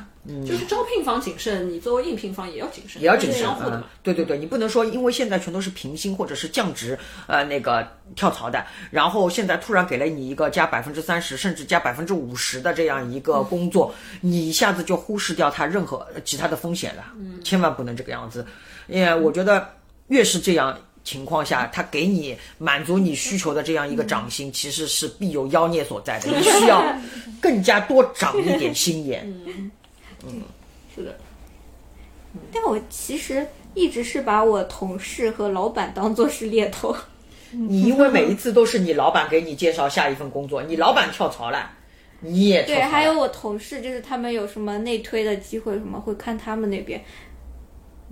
就是招聘方谨慎，你作为应聘方也要谨慎，
也要谨
这是
慎
相互的
啊
嘛。。
对对对，你不能说因为现在全都是平薪或者是降职，呃，那个跳槽的，然后现在突然给了你一个加百分之三十甚至加百分之五十的这样一个工作，你一下子就忽视掉它任何呃其他的风险了。嗯，千万不能这个样子，因为我觉得越是这样。情况下，他给你满足你需求的这样一个掌心，其实是必有妖孽所在的。你需 要更加多长一点心眼。
是的，
但我其实一直是把我同事和老板当做是猎头。
你因为每一次都是你老板给你介绍下一份工作，你老板跳槽了，你也
对，
跳槽了
还有我同事，就是他们有什么内推的机会，什么会看他们那边。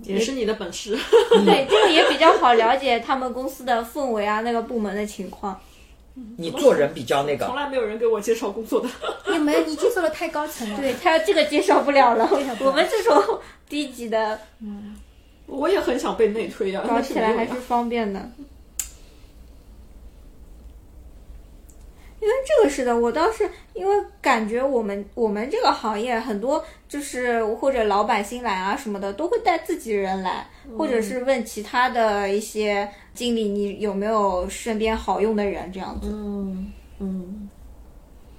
也是你的本事。
对，这个也比较好了解他们公司的氛围啊，那个部门的情况。
你做人比较那
从
个，
来没有人给我介绍工作的。
你们你接受的太高层了。
对他这个介绍不了了
绍，不了
我们这种低级的
我也很想被内推呀、啊，
搞
但是
起
没
来
有
还
呀
是方便的。因为这个是的，我倒是因为感觉我们我们这个行业很多就是或者老板新来啊什么的，都会带自己人来，或者是问其他的一些经理，你有没有身边好用的人这样
嗯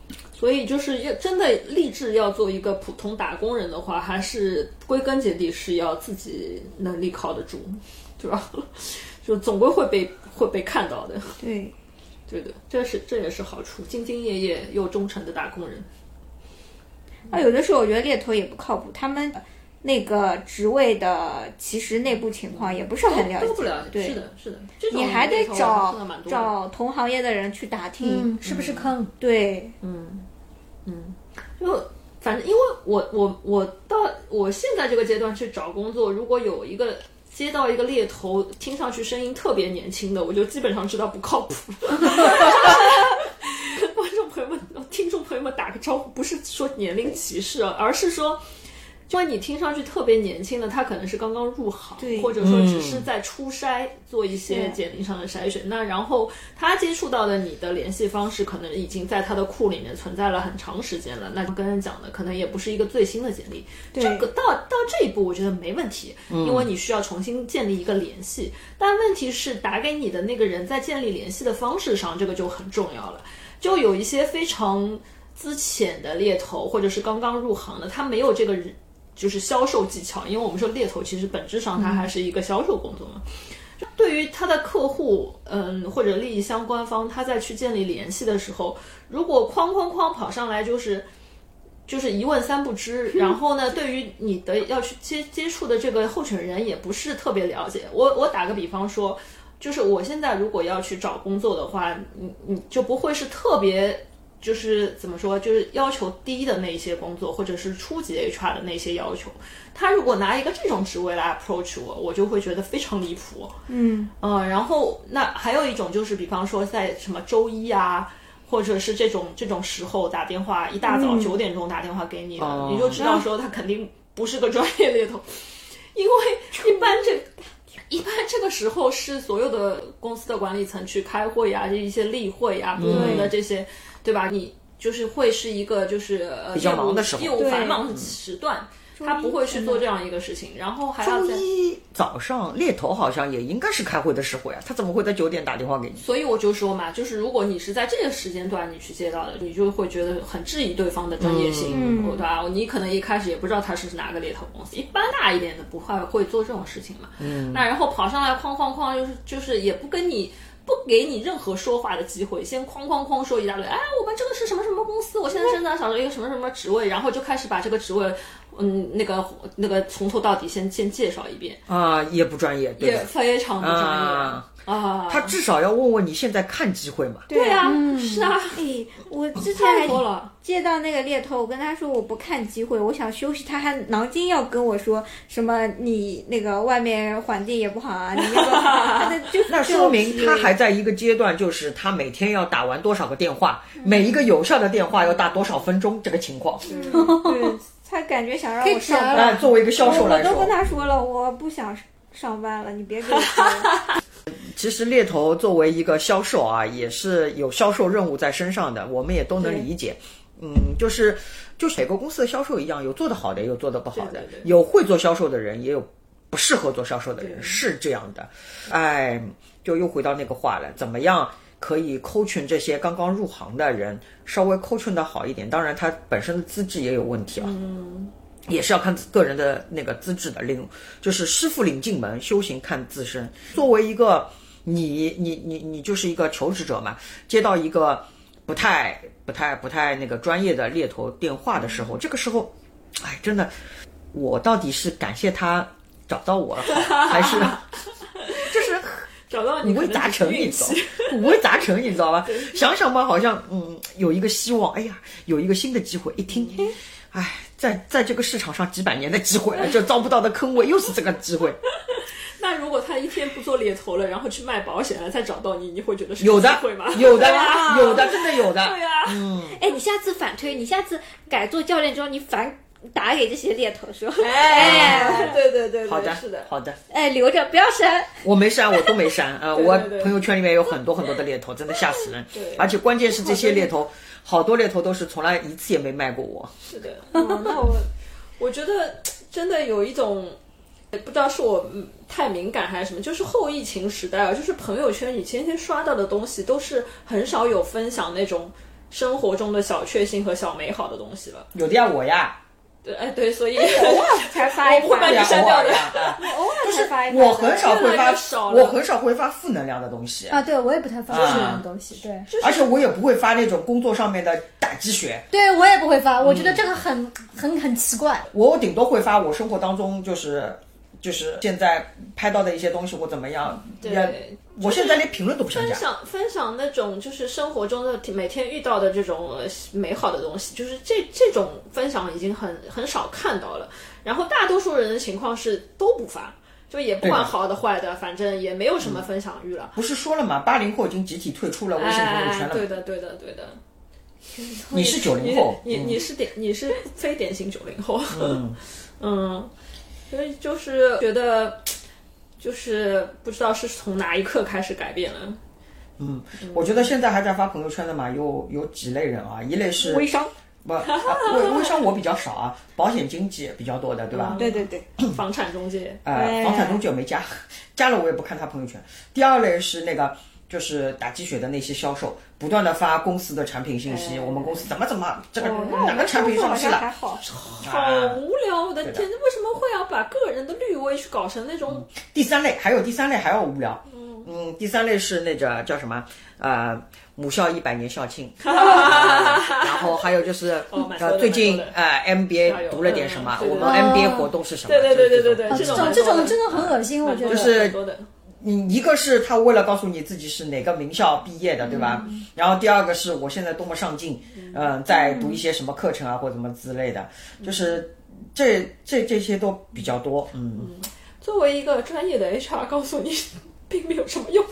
子。
所以就是要真的立志要做一个普通打工人的话，还是归根结底是要自己能力靠得住，对吧？ 就总归会被会被看到的，
对，
对的，这是这也是好处，兢兢业业又忠诚的打工人。
啊，有的时候我觉得猎头也不靠谱，他们那个职位的其实内部情况也不是很了解，
都不了解，
对
是的，是的，这种
你还得
猎头还
找
真的蛮多的
找同行业的人去打听。
嗯，是不是坑？
对，
嗯就反正因为我我我到我现在这个阶段去找工作，如果有一个接到一个猎头，听上去声音特别年轻的，我就基本上知道不靠谱了。 观众朋友们、呃听众朋友们打个招呼，不是说年龄歧视啊，而是说。因为你听上去特别年轻的，他可能是刚刚入行
对，
或者说只是在初筛做一些
对
简历上的筛选。那然后他接触到的你的联系方式，可能已经在他的库里面存在了很长时间了。那跟人讲的可能也不是一个最新的简历，这个到到这一步我觉得没问题，因为你需要重新建立一个联系。但问题是，打给你的那个人在建立联系的方式上，这个就很重要了。就有一些非常资浅的猎头，或者是刚刚入行的，他没有这个人就是销售技巧，因为我们说猎头其实本质上它还是一个销售工作嘛。就对于他的客户，嗯，或者利益相关方，他在去建立联系的时候，如果哐哐哐跑上来就是就是一问三不知，然后呢，对于你的要去接接触的这个候选人也不是特别了解。我我打个比方说，就是我现在如果要去找工作的话，你你就不会是特别。就是怎么说，就是要求低的那一些工作，或者是初级 HR 的那些要求，他如果拿一个这种职位来 approach 我，我就会觉得非常离谱。
嗯，
嗯，然后那还有一种就是，比方说在什么周一啊，或者是这种这种时候打电话，一大早九点钟打电话给你了，
哦
你就知道说他肯定不是个专业猎头，因为一般这。一般这个时候是所有的公司的管理层去开会呀、这一些例会
嗯
呀、部门的这些，对吧？你就是会是一个就是呃
比较
业务
忙的时候
业务
对
繁忙的时段，他不会去做这样一个事情，然后还要
周
在。
一早上猎头好像也应该是开会的时候呀，他怎么会在九点打电话给你？
所以我就说嘛，就是如果你是在这个时间段你去接到的，你就会觉得很质疑对方的专业性，
嗯
对吧？你可能一开始也不知道他是哪个猎头公司，一般大一点的不会会做这种事情嘛。嗯，那然后跑上来哐哐哐，就是就是也不跟你。不给你任何说话的机会，先哐哐哐说一大堆。哎，我们这个是什么什么公司？我现在正在找着一个什么什么职位，然后就开始把这个职位，嗯，那个那个从头到底先先介绍一遍，
啊，也不专业，对
也
的。
非常不专业
啊
啊。
他至少要问问你现在看机会嘛？
对
对
啊。
啊，是啊，
哎，我之前
太
还
多了。
接到那个猎头，我跟他说我不看机会，我想休息，他还囊金要跟我说什么你那个外面环境也不好啊，你那个 他的就
那说明
就
他还在一个阶段，就是他每天要打完多少个电话，每一个有效的电话要打多少分钟，这个情况。
嗯对，他感觉想让我上班，
哎，作为一个销售
我
来
都
说，
跟他说了，我不想上班了，你别给我说了。
其实猎头作为一个销售啊，也是有销售任务在身上的，我们也都能理解。嗯，就是就是每个公司的销售一样，有做得好的，也有做得不好的，
对对对
有会做销售的人，也有不适合做销售的人，是这样的。哎，就又回到那个话了，怎么样可以 coaching 这些刚刚入行的人，稍微 coaching 的好一点？当然，他本身的资质也有问题啊。也是要看个人的那个资质的，领就是师傅领进门，修行看自身。作为一个你你你你就是一个求职者嘛，接到一个不太不太不太那个专业的猎头电话的时候，这个时候，哎，真的，我到底是感谢他找到我好， 还 是就是
找
五
到你
味杂陈，你
运
知
气
道， 吗？五味杂陈，你知道吧？想想吧，好像嗯，有一个希望，哎呀，有一个新的机会。一听，
嗯
哎，在在这个市场上几百年的机会，这遭不到的坑位又是这个机会。
那如如果他一天不做猎头了，然后去卖保险了，再找到你，你会觉得是
有的
机会吗？，
有的嗯
对啊，
有的，真的有的。
对啊，
哎，你下次反推，你下次改做教练之后，你反打给这些猎头说，
哎，对对对，对
嗯好的，
是的，
好的，
哎，留着不要删。
我没删，我都没删啊、呃
对
我
对
朋友圈里面有很多很多的猎头，真的吓死人
对。
而且关键是这些猎头，好多猎头都是从来一次也没卖过我。
是的，嗯那我我觉得真的有一种，不知道是我嗯太敏感还是什么，就是后疫情时代啊，就是朋友圈你天天刷到的东西，都是很少有分享那种生活中的小确幸和小美好的东西了。
有的呀，我呀，
对，哎，对，所以
才发一
我不会把
发
对
你
呀，
删
偶
掉
尔
的
呀。啊
偶尔才发一发的，
我很少会
越来
发
越少，了
我很少会发负能量的东西，
啊，对我也不太发这
啊
种东西，对。
而且我也不会发那种工作上面的打鸡血。
对我也不会发，我觉
嗯
得这个很、很很奇怪。
我顶多会发我生活当中就是就是现在拍到的一些东西，我怎么样？
嗯 对，
我现在连评论都不想
分
讲。
享分享那种就是生活中的每天遇到的这种呃美好的东西，就是这这种分享已经很很少看到了。然后大多数人的情况是都不发，就也不
对
管
的嗯
好的坏的，反正也没有什么分享欲了。
不是说了嘛，八零后已经集体退出了微信朋友圈
哎
了嘛。，
对的，对的，对的。
你是九零
你
后，嗯
你你是典你是非典型九零后， 嗯所以就是觉得就是不知道是从哪一刻开始改变了。
我觉得现在还在发朋友圈的嘛，有有几类人啊，一类是微
商，
不、 啊、微微商我比较少啊，保险经纪比较多的，对吧？
对对对，
房产中介，
呃，
哎
房产中介我没加，加了我也不看他朋友圈。第二类是那个。就是打鸡血的那些销售，不断的发公司的产品信
哎
息，我们公司怎么怎么，这个
哦
哪个产品上
好
市
像还
了，啊
好，
好无聊！我的
对的
天，为什么会要把个人的绿微去搞成那种？
第三类还有第三类还要无聊，嗯，第三类是那个叫什么？呃，母校一百年校 庆，啊然后还有就是
哦蛮多的
呃，最近
蛮多的
呃
加油
MBA 读了点什么，
嗯对
我
的
们 MBA 活动是什么？
对对对对对
就是这种
对，
啊，
种蛮
这种这
多
种
的
真的很恶心，我觉
嗯就
得。
是
蛮多的。
你一个是他为了告诉你自己是哪个名校毕业的，对吧？
嗯
然后第二个是我现在多么上进，嗯、在读一些什么课程啊或者什么之类的，
嗯
就是这这这些都比较多，嗯，
作为一个专业的 HR，告诉你，并没有什么用。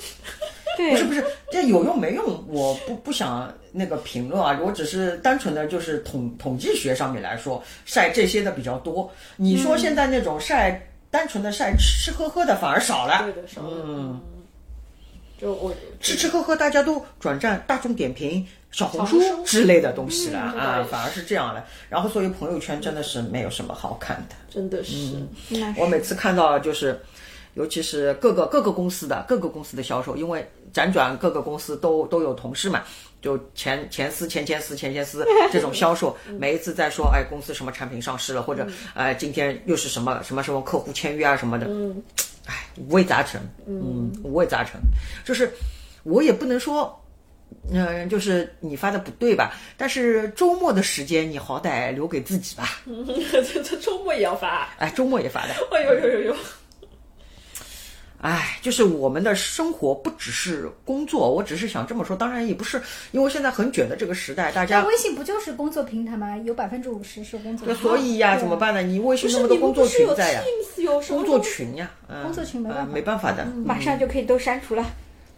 不是不是，这有用没用，我不不想那个评论啊，我只是单纯的就是统统计学上面来说，晒这些的比较多。你
嗯
说现在那种晒、单纯的晒吃吃喝喝的反而少了，
对的，少的。嗯，就我
吃吃喝喝大家都转战大众点评、小红
小红
书
书
之类的东西了
嗯
啊，反而是这样了。然后所以朋友圈真的是没有什么好看的。
真的是，
我每次看到就是，尤其是各个各个公司的各个公司的销售，因为辗转各个公司都都有同事嘛，就前前司、前前司、前前司这种销售，每一次在说哎公司什么产品上市了，或者哎今天又是什么什么什么客户签约啊什么的，
嗯，
哎五味杂陈，嗯，五味杂陈，就是我也不能说。嗯，就是你发的不对吧？但是周末的时间你好歹留给自己吧。
这 这周末也要发。
哎，周末也发的，
哎呦呦呦呦！
哎，就是我们的生活不只是工作，我只是想这么说。当然也不是，因为现在很卷的这个时代，大
那
家
微信不就是工作平台吗？有百分之五十是工作平台，
所以呀、
对
怎么办呢？你微信
不
那
是
么
你
多工
们不
作
是
群
有
在呀，
Teams 有什么
工作群呀，嗯
工作群没办法
呃没办法的。
马上就可以都删除了。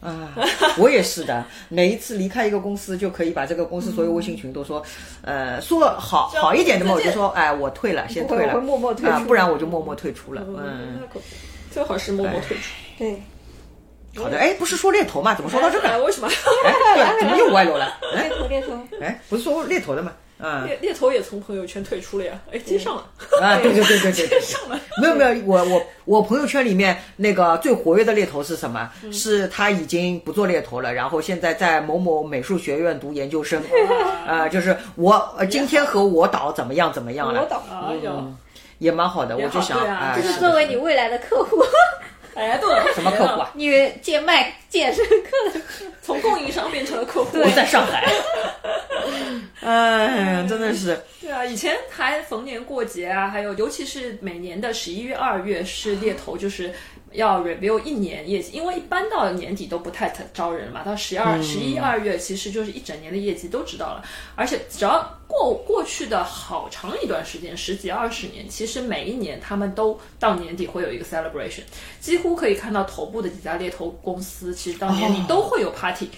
啊，我也是的。每一次离开一个公司，就可以把这个公司所有微信群都说，呃，说好
这样
好一点的嘛，我
再
就
见
说，哎，我退了，先
不会
退了，
我会默默退
啊
出
不然我就默默退出了。嗯
嗯，
哎
那，可不最好是默默退出。
对，
好的。哎，不是说猎头嘛？怎么说到这个
哎
了？
为什么
哎，对啊，怎么又歪楼了？
猎
哎
头猎头，
哎，不是说猎头的嘛？啊，
猎猎头也从朋友圈退出了呀？哎，接上了。
啊，对对对对对对，没有没有，我我我朋友圈里面那个最活跃的猎头是什么？是他已经不做猎头了，然后现在在某某美术学院读研究生，啊，就是我呃今天和我导怎么样怎么样
我
了，
懂。
哎
嗯
呦，
也蛮好的，
也
我就
好
想
对啊
啊，
就
这
是
的
作为你未来的客户，
哎，都有
什么客户
嗯
啊？
你贱卖健身课的，
从供应商变成了客户。
我在上海，哎，真的是，
对啊，以前还逢年过节啊，还有尤其是每年的十一月、二月是猎头，就是要 review 一年业绩，因为一般到年底都不太招人嘛，到十
嗯
二、十一、二月，其实就是一整年的业绩都知道了。而且只要过过去的好长一段时间，十几二十年，其实每一年他们都到年底会有一个 celebration，几乎可以看到头部的几家猎头公司，其实到年底
哦
都会有 party。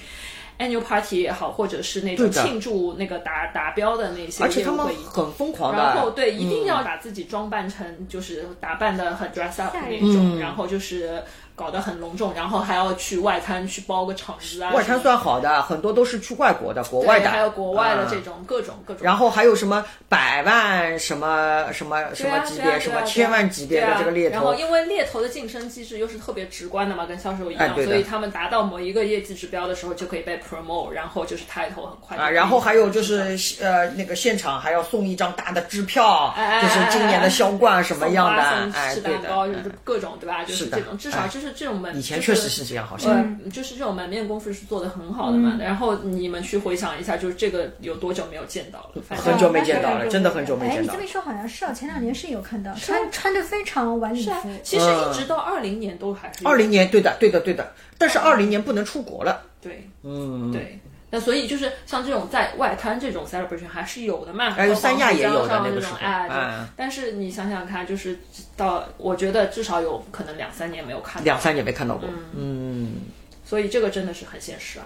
annual party 也好，或者是那种
对的
庆祝那个达达标的那些
而且
业
他
务
们
会议，
很嗯疯狂的，
然后对，一定要把自己装扮成就是打扮的
嗯
很 dress up
吓
那
人
种，然后就是搞得很隆重，然后还要去外滩去包个场子啊，
外滩算好的，很多都是去外国的、国
对
外的，
还有国外的
嗯
这种各种各种，
然后还有什么百万什么什么什
对
么
啊
级
对
别、
啊
什
对
么
啊
千万级别
对
的
啊
这个猎
然
头
后，因为猎头的晋升机制又是特别直观的嘛，跟销售一
哎
样，
对的
所以他们达到某一个业绩指标的时候就可以被 promote，然后就是 title 很快就
啊，
可以
然后还有就
上去了
是呃，那个现场还要送一张大的支票，
哎哎
就是今年的销冠什么样的，
送花
哎，
送吃
对
蛋
的。
糕，就
哎
是各种对吧？就是是
的
这种，至少
哎
就是这种门，
以前
就
确实是这样，好像
对，呃就是这种门面功夫是做的很好的嘛。然后你们去回想一下，就是这个有多久没有见到了？反正
很久没见到了，
嗯
真的很久没
哎，
见
你
到啊
这
了
么一。说好像是啊，前两年是有看到穿穿的非常晚礼
是啊
服，
其实一直到二零年都还是
嗯
有
二零年，对的，对的，对的。但是二零年不能出国了，
对
嗯，
对。那所以就是像这种在外滩这种 celebration 还是有的嘛，
还有
包括
三亚也有的
像
那个
这种
时候
哎，
嗯
对但是你想想看，就是到我觉得至少有可能两三年没有看到，
两三年没看到过，嗯，
所以这个真的是很现实啊。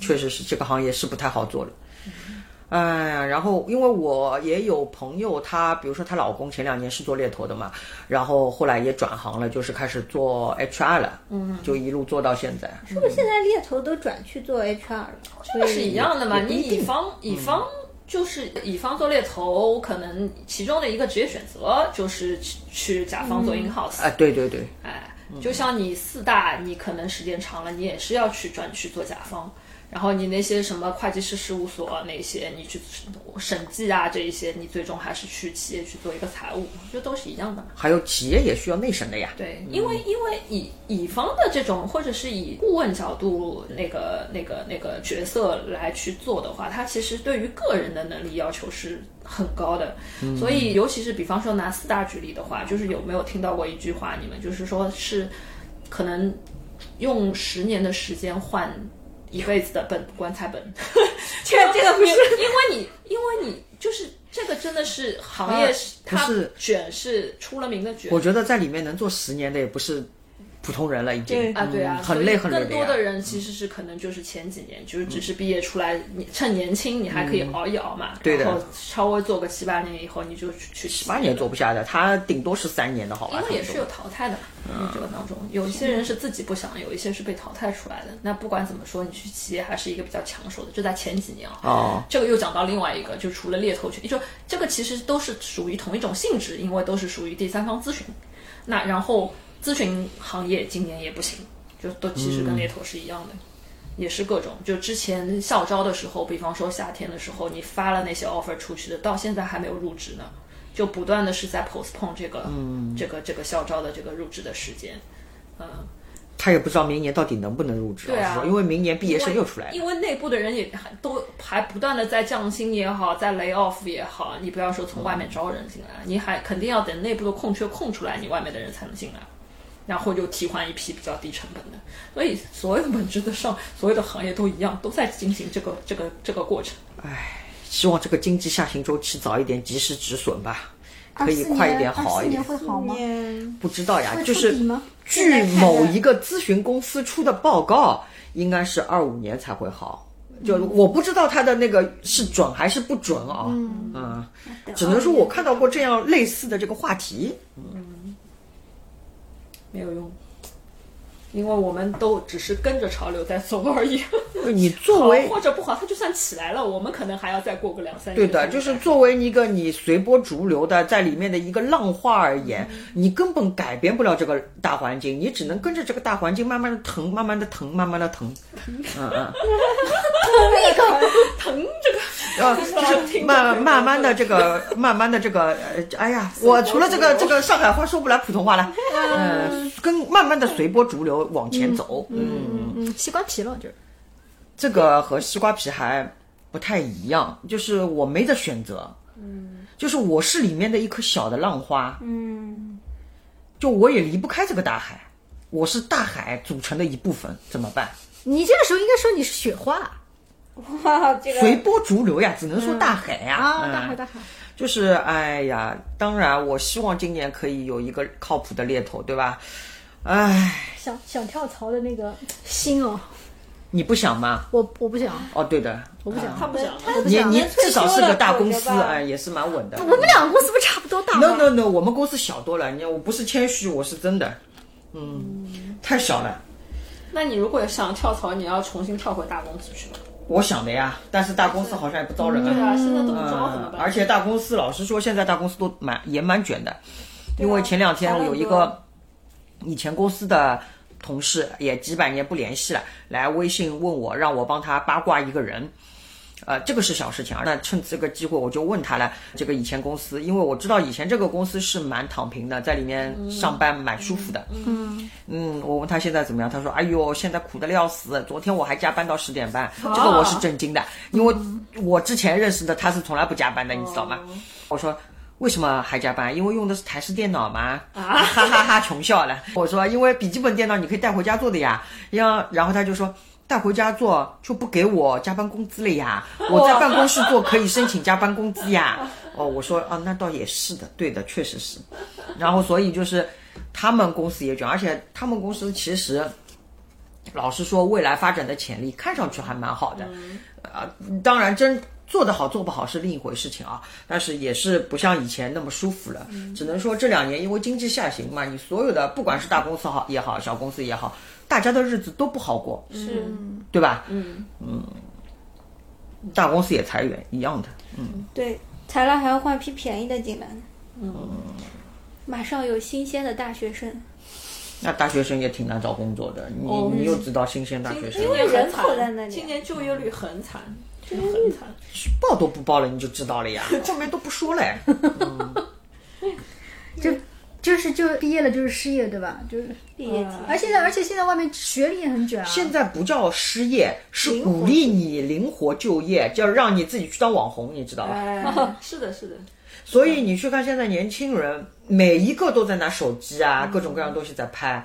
确实是这个行业是不太好做了。哎呀，然后因为我也有朋友，她比如说她老公前两年是做猎头的嘛，然后后来也转行了，就是开始做 HR 了，嗯，就一路做到现在。
是不是现在猎头都转去做 HR 了？这
那是一样的嘛，
也不
你
一定嗯
乙方乙方就是乙方做猎头，可能其中的一个职业选择就是去去甲方做 in house，、
哎，对对对，
哎，就像你四大，你可能时间长了，你也是要去转去做甲方。然后你那些什么会计师事务所啊那些，你去审计啊这一些，你最终还是去企业去做一个财务，这都是一样的嘛。
还有企业也需要内审的呀。
对，因
嗯
为因为乙乙方的这种，或者是以顾问角度那个那个那个角色来去做的话，他其实对于个人的能力要求是很高的。
嗯
所以，尤其是比方说拿四大举例的话，就是有没有听到过一句话？你们就是说是可能用十年的时间换一辈子的本棺材 本，
这个这个不是
因为你，因为你就是这个真的是行业
它不
是它
是
卷是出了名的卷。
我觉得在里面能做十年的也不是普通人了，已经
对
啊，对啊，
嗯
所
很
以
累很累呀
更
嗯
多的人其实是可能就是前几年，就是只是毕业出来，你趁年轻你还可以熬一熬嘛，
对的
然后稍微做个七八年以后，你就去去
八年做不下的，他顶多是三年的好吧？
因为也是
差
有
不多
淘汰的，嗯，这个当中有一些人是自己不想，有一些是被淘汰出来的。那不管怎么说，你去企业还是一个比较抢手的，就在前几年啊。
哦，
这个又讲到另外一个，就除了猎头群，就这个其实都是属于同一种性质，因为都是属于第三方咨询。那然后咨询行业今年也不行，就都其实跟猎头是一样的，也是各种。就之前校招的时候，比方说夏天的时候，你发了那些 offer 出去的，到现在还没有入职呢，就不断的是在 postpone 这个、这个这个校招的这个入职的时间。
他也不知道明年到底能不能入职，
对
老
啊
实说，因为明年毕业生又出来了
因。为内部的人也还都还不断的在降薪也好，在 lay off 也好，你不要说从外面招人进来，你还肯定要等内部的空缺空出来，你外面的人才能进来，然后就替换一批比较低成本的。所以，所有本质的上，所有的行业都一样，都在进行这个这个这个过程。
希望这个经济下行周期早一点及时止损吧，可以
24年
快一点好一点
24年。会好吗？
年
不知道呀，
会
就
触
是
底吗
据某一个咨询公司出的报告，应该是二五年才会好。就
嗯
我不知道它的那个是准还是不准啊，嗯，只能说我看到过这样类似的这个话题，
没有用，因为我们都只是跟着潮流在走而已。
你作为
好或者不好，它就算起来了，我们可能还要再过个两三
哎对
年。
的，就是作为一个你随波逐流的在里面的一个浪花而言，你根本改变不了这个大环境，你只能跟着这个大环境慢慢的腾，慢慢的腾，慢慢的腾，嗯嗯，腾 一个腾这个，呃，就是慢慢慢的这个，慢慢的这 个，呃，哎呀，我除了这个这个上海话说不来普通话了，嗯，跟慢慢的随波逐流往前走，嗯
嗯，西瓜皮了就是。
这个和西瓜皮还不太一样，就是我没得选择，嗯，就是我是里面的一颗小的浪花，
嗯，
就我也离不开这个大海，我是大海组成的一部分，怎么办？
你这个时候应该说你是雪花
哇，这
随
个
波逐流呀，只能说大海呀。
啊，
嗯
大海大海，
就是哎呀，当然我希望今年可以有一个靠谱的猎头，对吧？哎，
想想跳槽的那个心哦，
你不想吗？
我我不想，
哦，对的，
我不想。
他不想，
我不
你
想
你至少是个大公司，
退休了
哎，也是蛮稳的。
我们两个公司不是差不多大
No
吗？
no no，我们公司小多了，你看我不是谦虚，我是真的，嗯，太小了。
那你如果想跳槽，你要重新跳回大公司去吗？
我想的呀，但是大公司好像也不招人
对啊，
啊。
现在都不招怎么
嗯，
办？
而且大公司，老实说，现在大公司都蛮也蛮卷的，因为前两天我有一
裁了很
个以前公司的同事，也几百年不联系了，来微信问我，让我帮他八卦一个人。呃，这个是小事情啊。那趁这个机会，我就问他了，这个以前公司，因为我知道以前这个公司是蛮躺平的，在里面上班蛮舒服的。嗯我问他现在怎么样，他说：“哎呦，现在苦的要死，昨天我还加班到十点半。”这个我是震惊的，因为我之前认识的他是从来不加班的，你知道吗？我说。为什么还加班？因为用的是台式电脑嘛，哈哈哈哈，穷笑了。我说，因为笔记本电脑你可以带回家做的呀。然然后他就说，带回家做就不给我加班工资了呀，我在办公室做可以申请加班工资呀。哦，我说啊，那倒也是的，对的，确实是。然后所以就是他们公司也卷，而且他们公司其实老实说，未来发展的潜力看上去还蛮好的。啊，当然真。做得好做不好是另一回事情啊，但是也是不像以前那么舒服了。
嗯
只能说这两年因为经济下行嘛，你所有的不管是大公司好也好，小公司也好，大家的日子都不好过，
是
对吧？
嗯，
大公司也裁员一样的。
对，裁了还要换批便宜的进来呢。嗯，马上有新鲜的大学生，
那大学生也挺难找工作的，你、
哦
你又知道新鲜大学生
今年很
人
惨
口在那里
今年就业率很惨，真的很惨。
报都不报了，你就知道了 呀，后面都不说了。
就是就毕业了就是失业对吧？就是，
毕业季
而现在而且现在外面学历也很卷啊。
现在不叫失业，是鼓励你灵活就业，叫让你自己去当网红，你知道吧？
嗯
哎，是的，是的，
所以你去看现在年轻人，每一个都在拿手机啊，各种各样的东西在拍，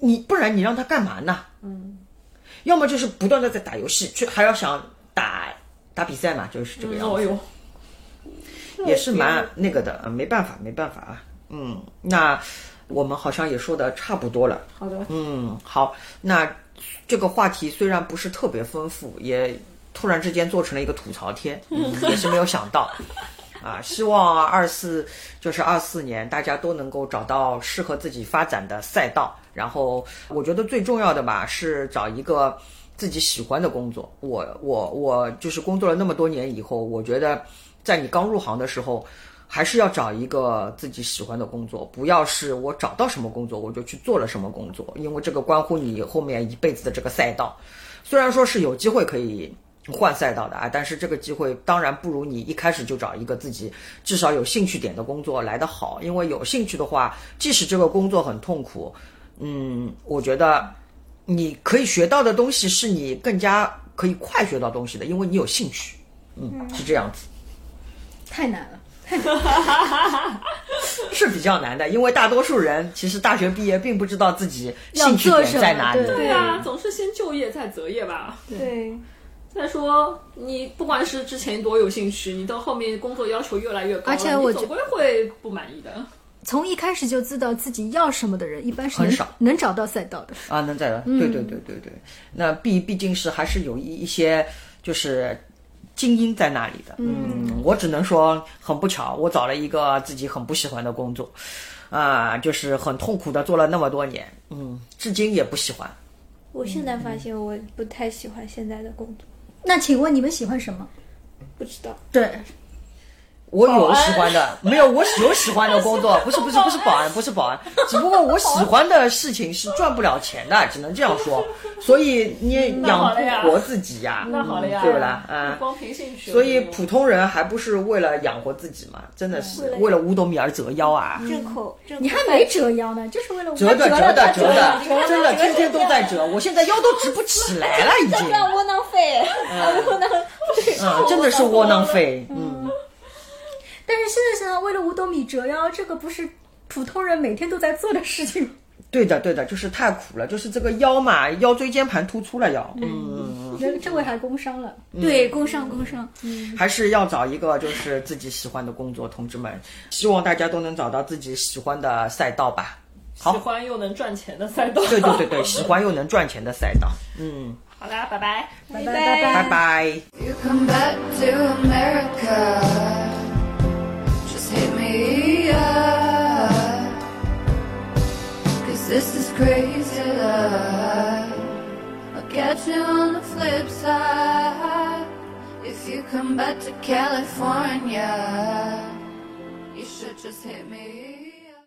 你不然你让他干嘛呢？嗯，要么就是不断的在打游戏，去还要想打打比赛嘛，就是这个样
哦
子，
哟，
也是蛮那个的，嗯没办法，没办法啊。嗯，那我们好像也说的差不多了。
好的，
嗯，好，那这个话题虽然不是特别丰富，也突然之间做成了一个吐槽贴，嗯、也是没有想到。啊，希望二四就是二四年，大家都能够找到适合自己发展的赛道。然后，我觉得最重要的吧，是找一个自己喜欢的工作。我我我就是工作了那么多年以后，我觉得在你刚入行的时候，还是要找一个自己喜欢的工作，不要是我找到什么工作我就去做了什么工作，因为这个关乎你后面一辈子的这个赛道。虽然说是有机会可以换赛道的啊，但是这个机会当然不如你一开始就找一个自己至少有兴趣点的工作来得好，因为有兴趣的话，即使这个工作很痛苦，嗯，我觉得你可以学到的东西是你更加可以快学到东西的，因为你有兴趣，嗯，是这样子。
太难了。
是比较难的，因为大多数人其实大学毕业并不知道自己
要
兴趣
做
点
什么
在哪里。
对
对啊，总是先就业再择业吧。
对，
再说，你不管是之前多有兴趣，你到后面工作要求越来越高了，
而且我
你
觉
总归会不满意的。
从一开始就知道自己要什么的人，一般是能
很少
能找到赛道的。
啊，能在的，
嗯
对对对对对，那毕毕竟是还是有一一些就是精英在那里的，嗯，我只能说很不巧，我找了一个自己很不喜欢的工作，啊、就是很痛苦的做了那么多年，嗯，至今也不喜欢。
我现在发现我不太喜欢现在的工作，
那请问你们喜欢什么？
不知道。
对，
我有喜欢的，没有我有喜欢的工 作，不是不是不是保安，不是保安，只不过我喜欢的事情是赚不了钱的，只能这样 说，所以你也
那好
养
了呀
不活自己呀，
那好了
嗯
呀，
对不啦？啊
你，光凭兴趣，
所以普通人还不是为了养活自己嘛？真的是为了五斗米而折腰啊！
正口，正口
你还没折腰呢，就是为了我
折的折的折的
折了，
真的
折了
天天都在折，我现在腰都直不起来了，已经
这样窝囊废，窝囊废。
啊，真的是窝囊废。嗯，
但是现在想想，为了五斗米折腰，这个不是普通人每天都在做的事情。
对的，对的，就是太苦了，就是这个腰嘛，腰椎间盘突出了要，嗯，
人这位还工伤了，嗯
对，工伤工伤，
还是要找一个就是自己喜欢的工作，同志们，希望大家都能找到自己喜欢的赛道吧。好
喜欢又能赚钱的赛道。
对对对对，喜欢又能赚钱的赛道，嗯，
好啦，拜拜。
拜
拜
拜
拜拜。
You come back to America. Just hit me up. Cause this is crazy love. I'll catch you on the flip side. If you come back to California, you should just hit me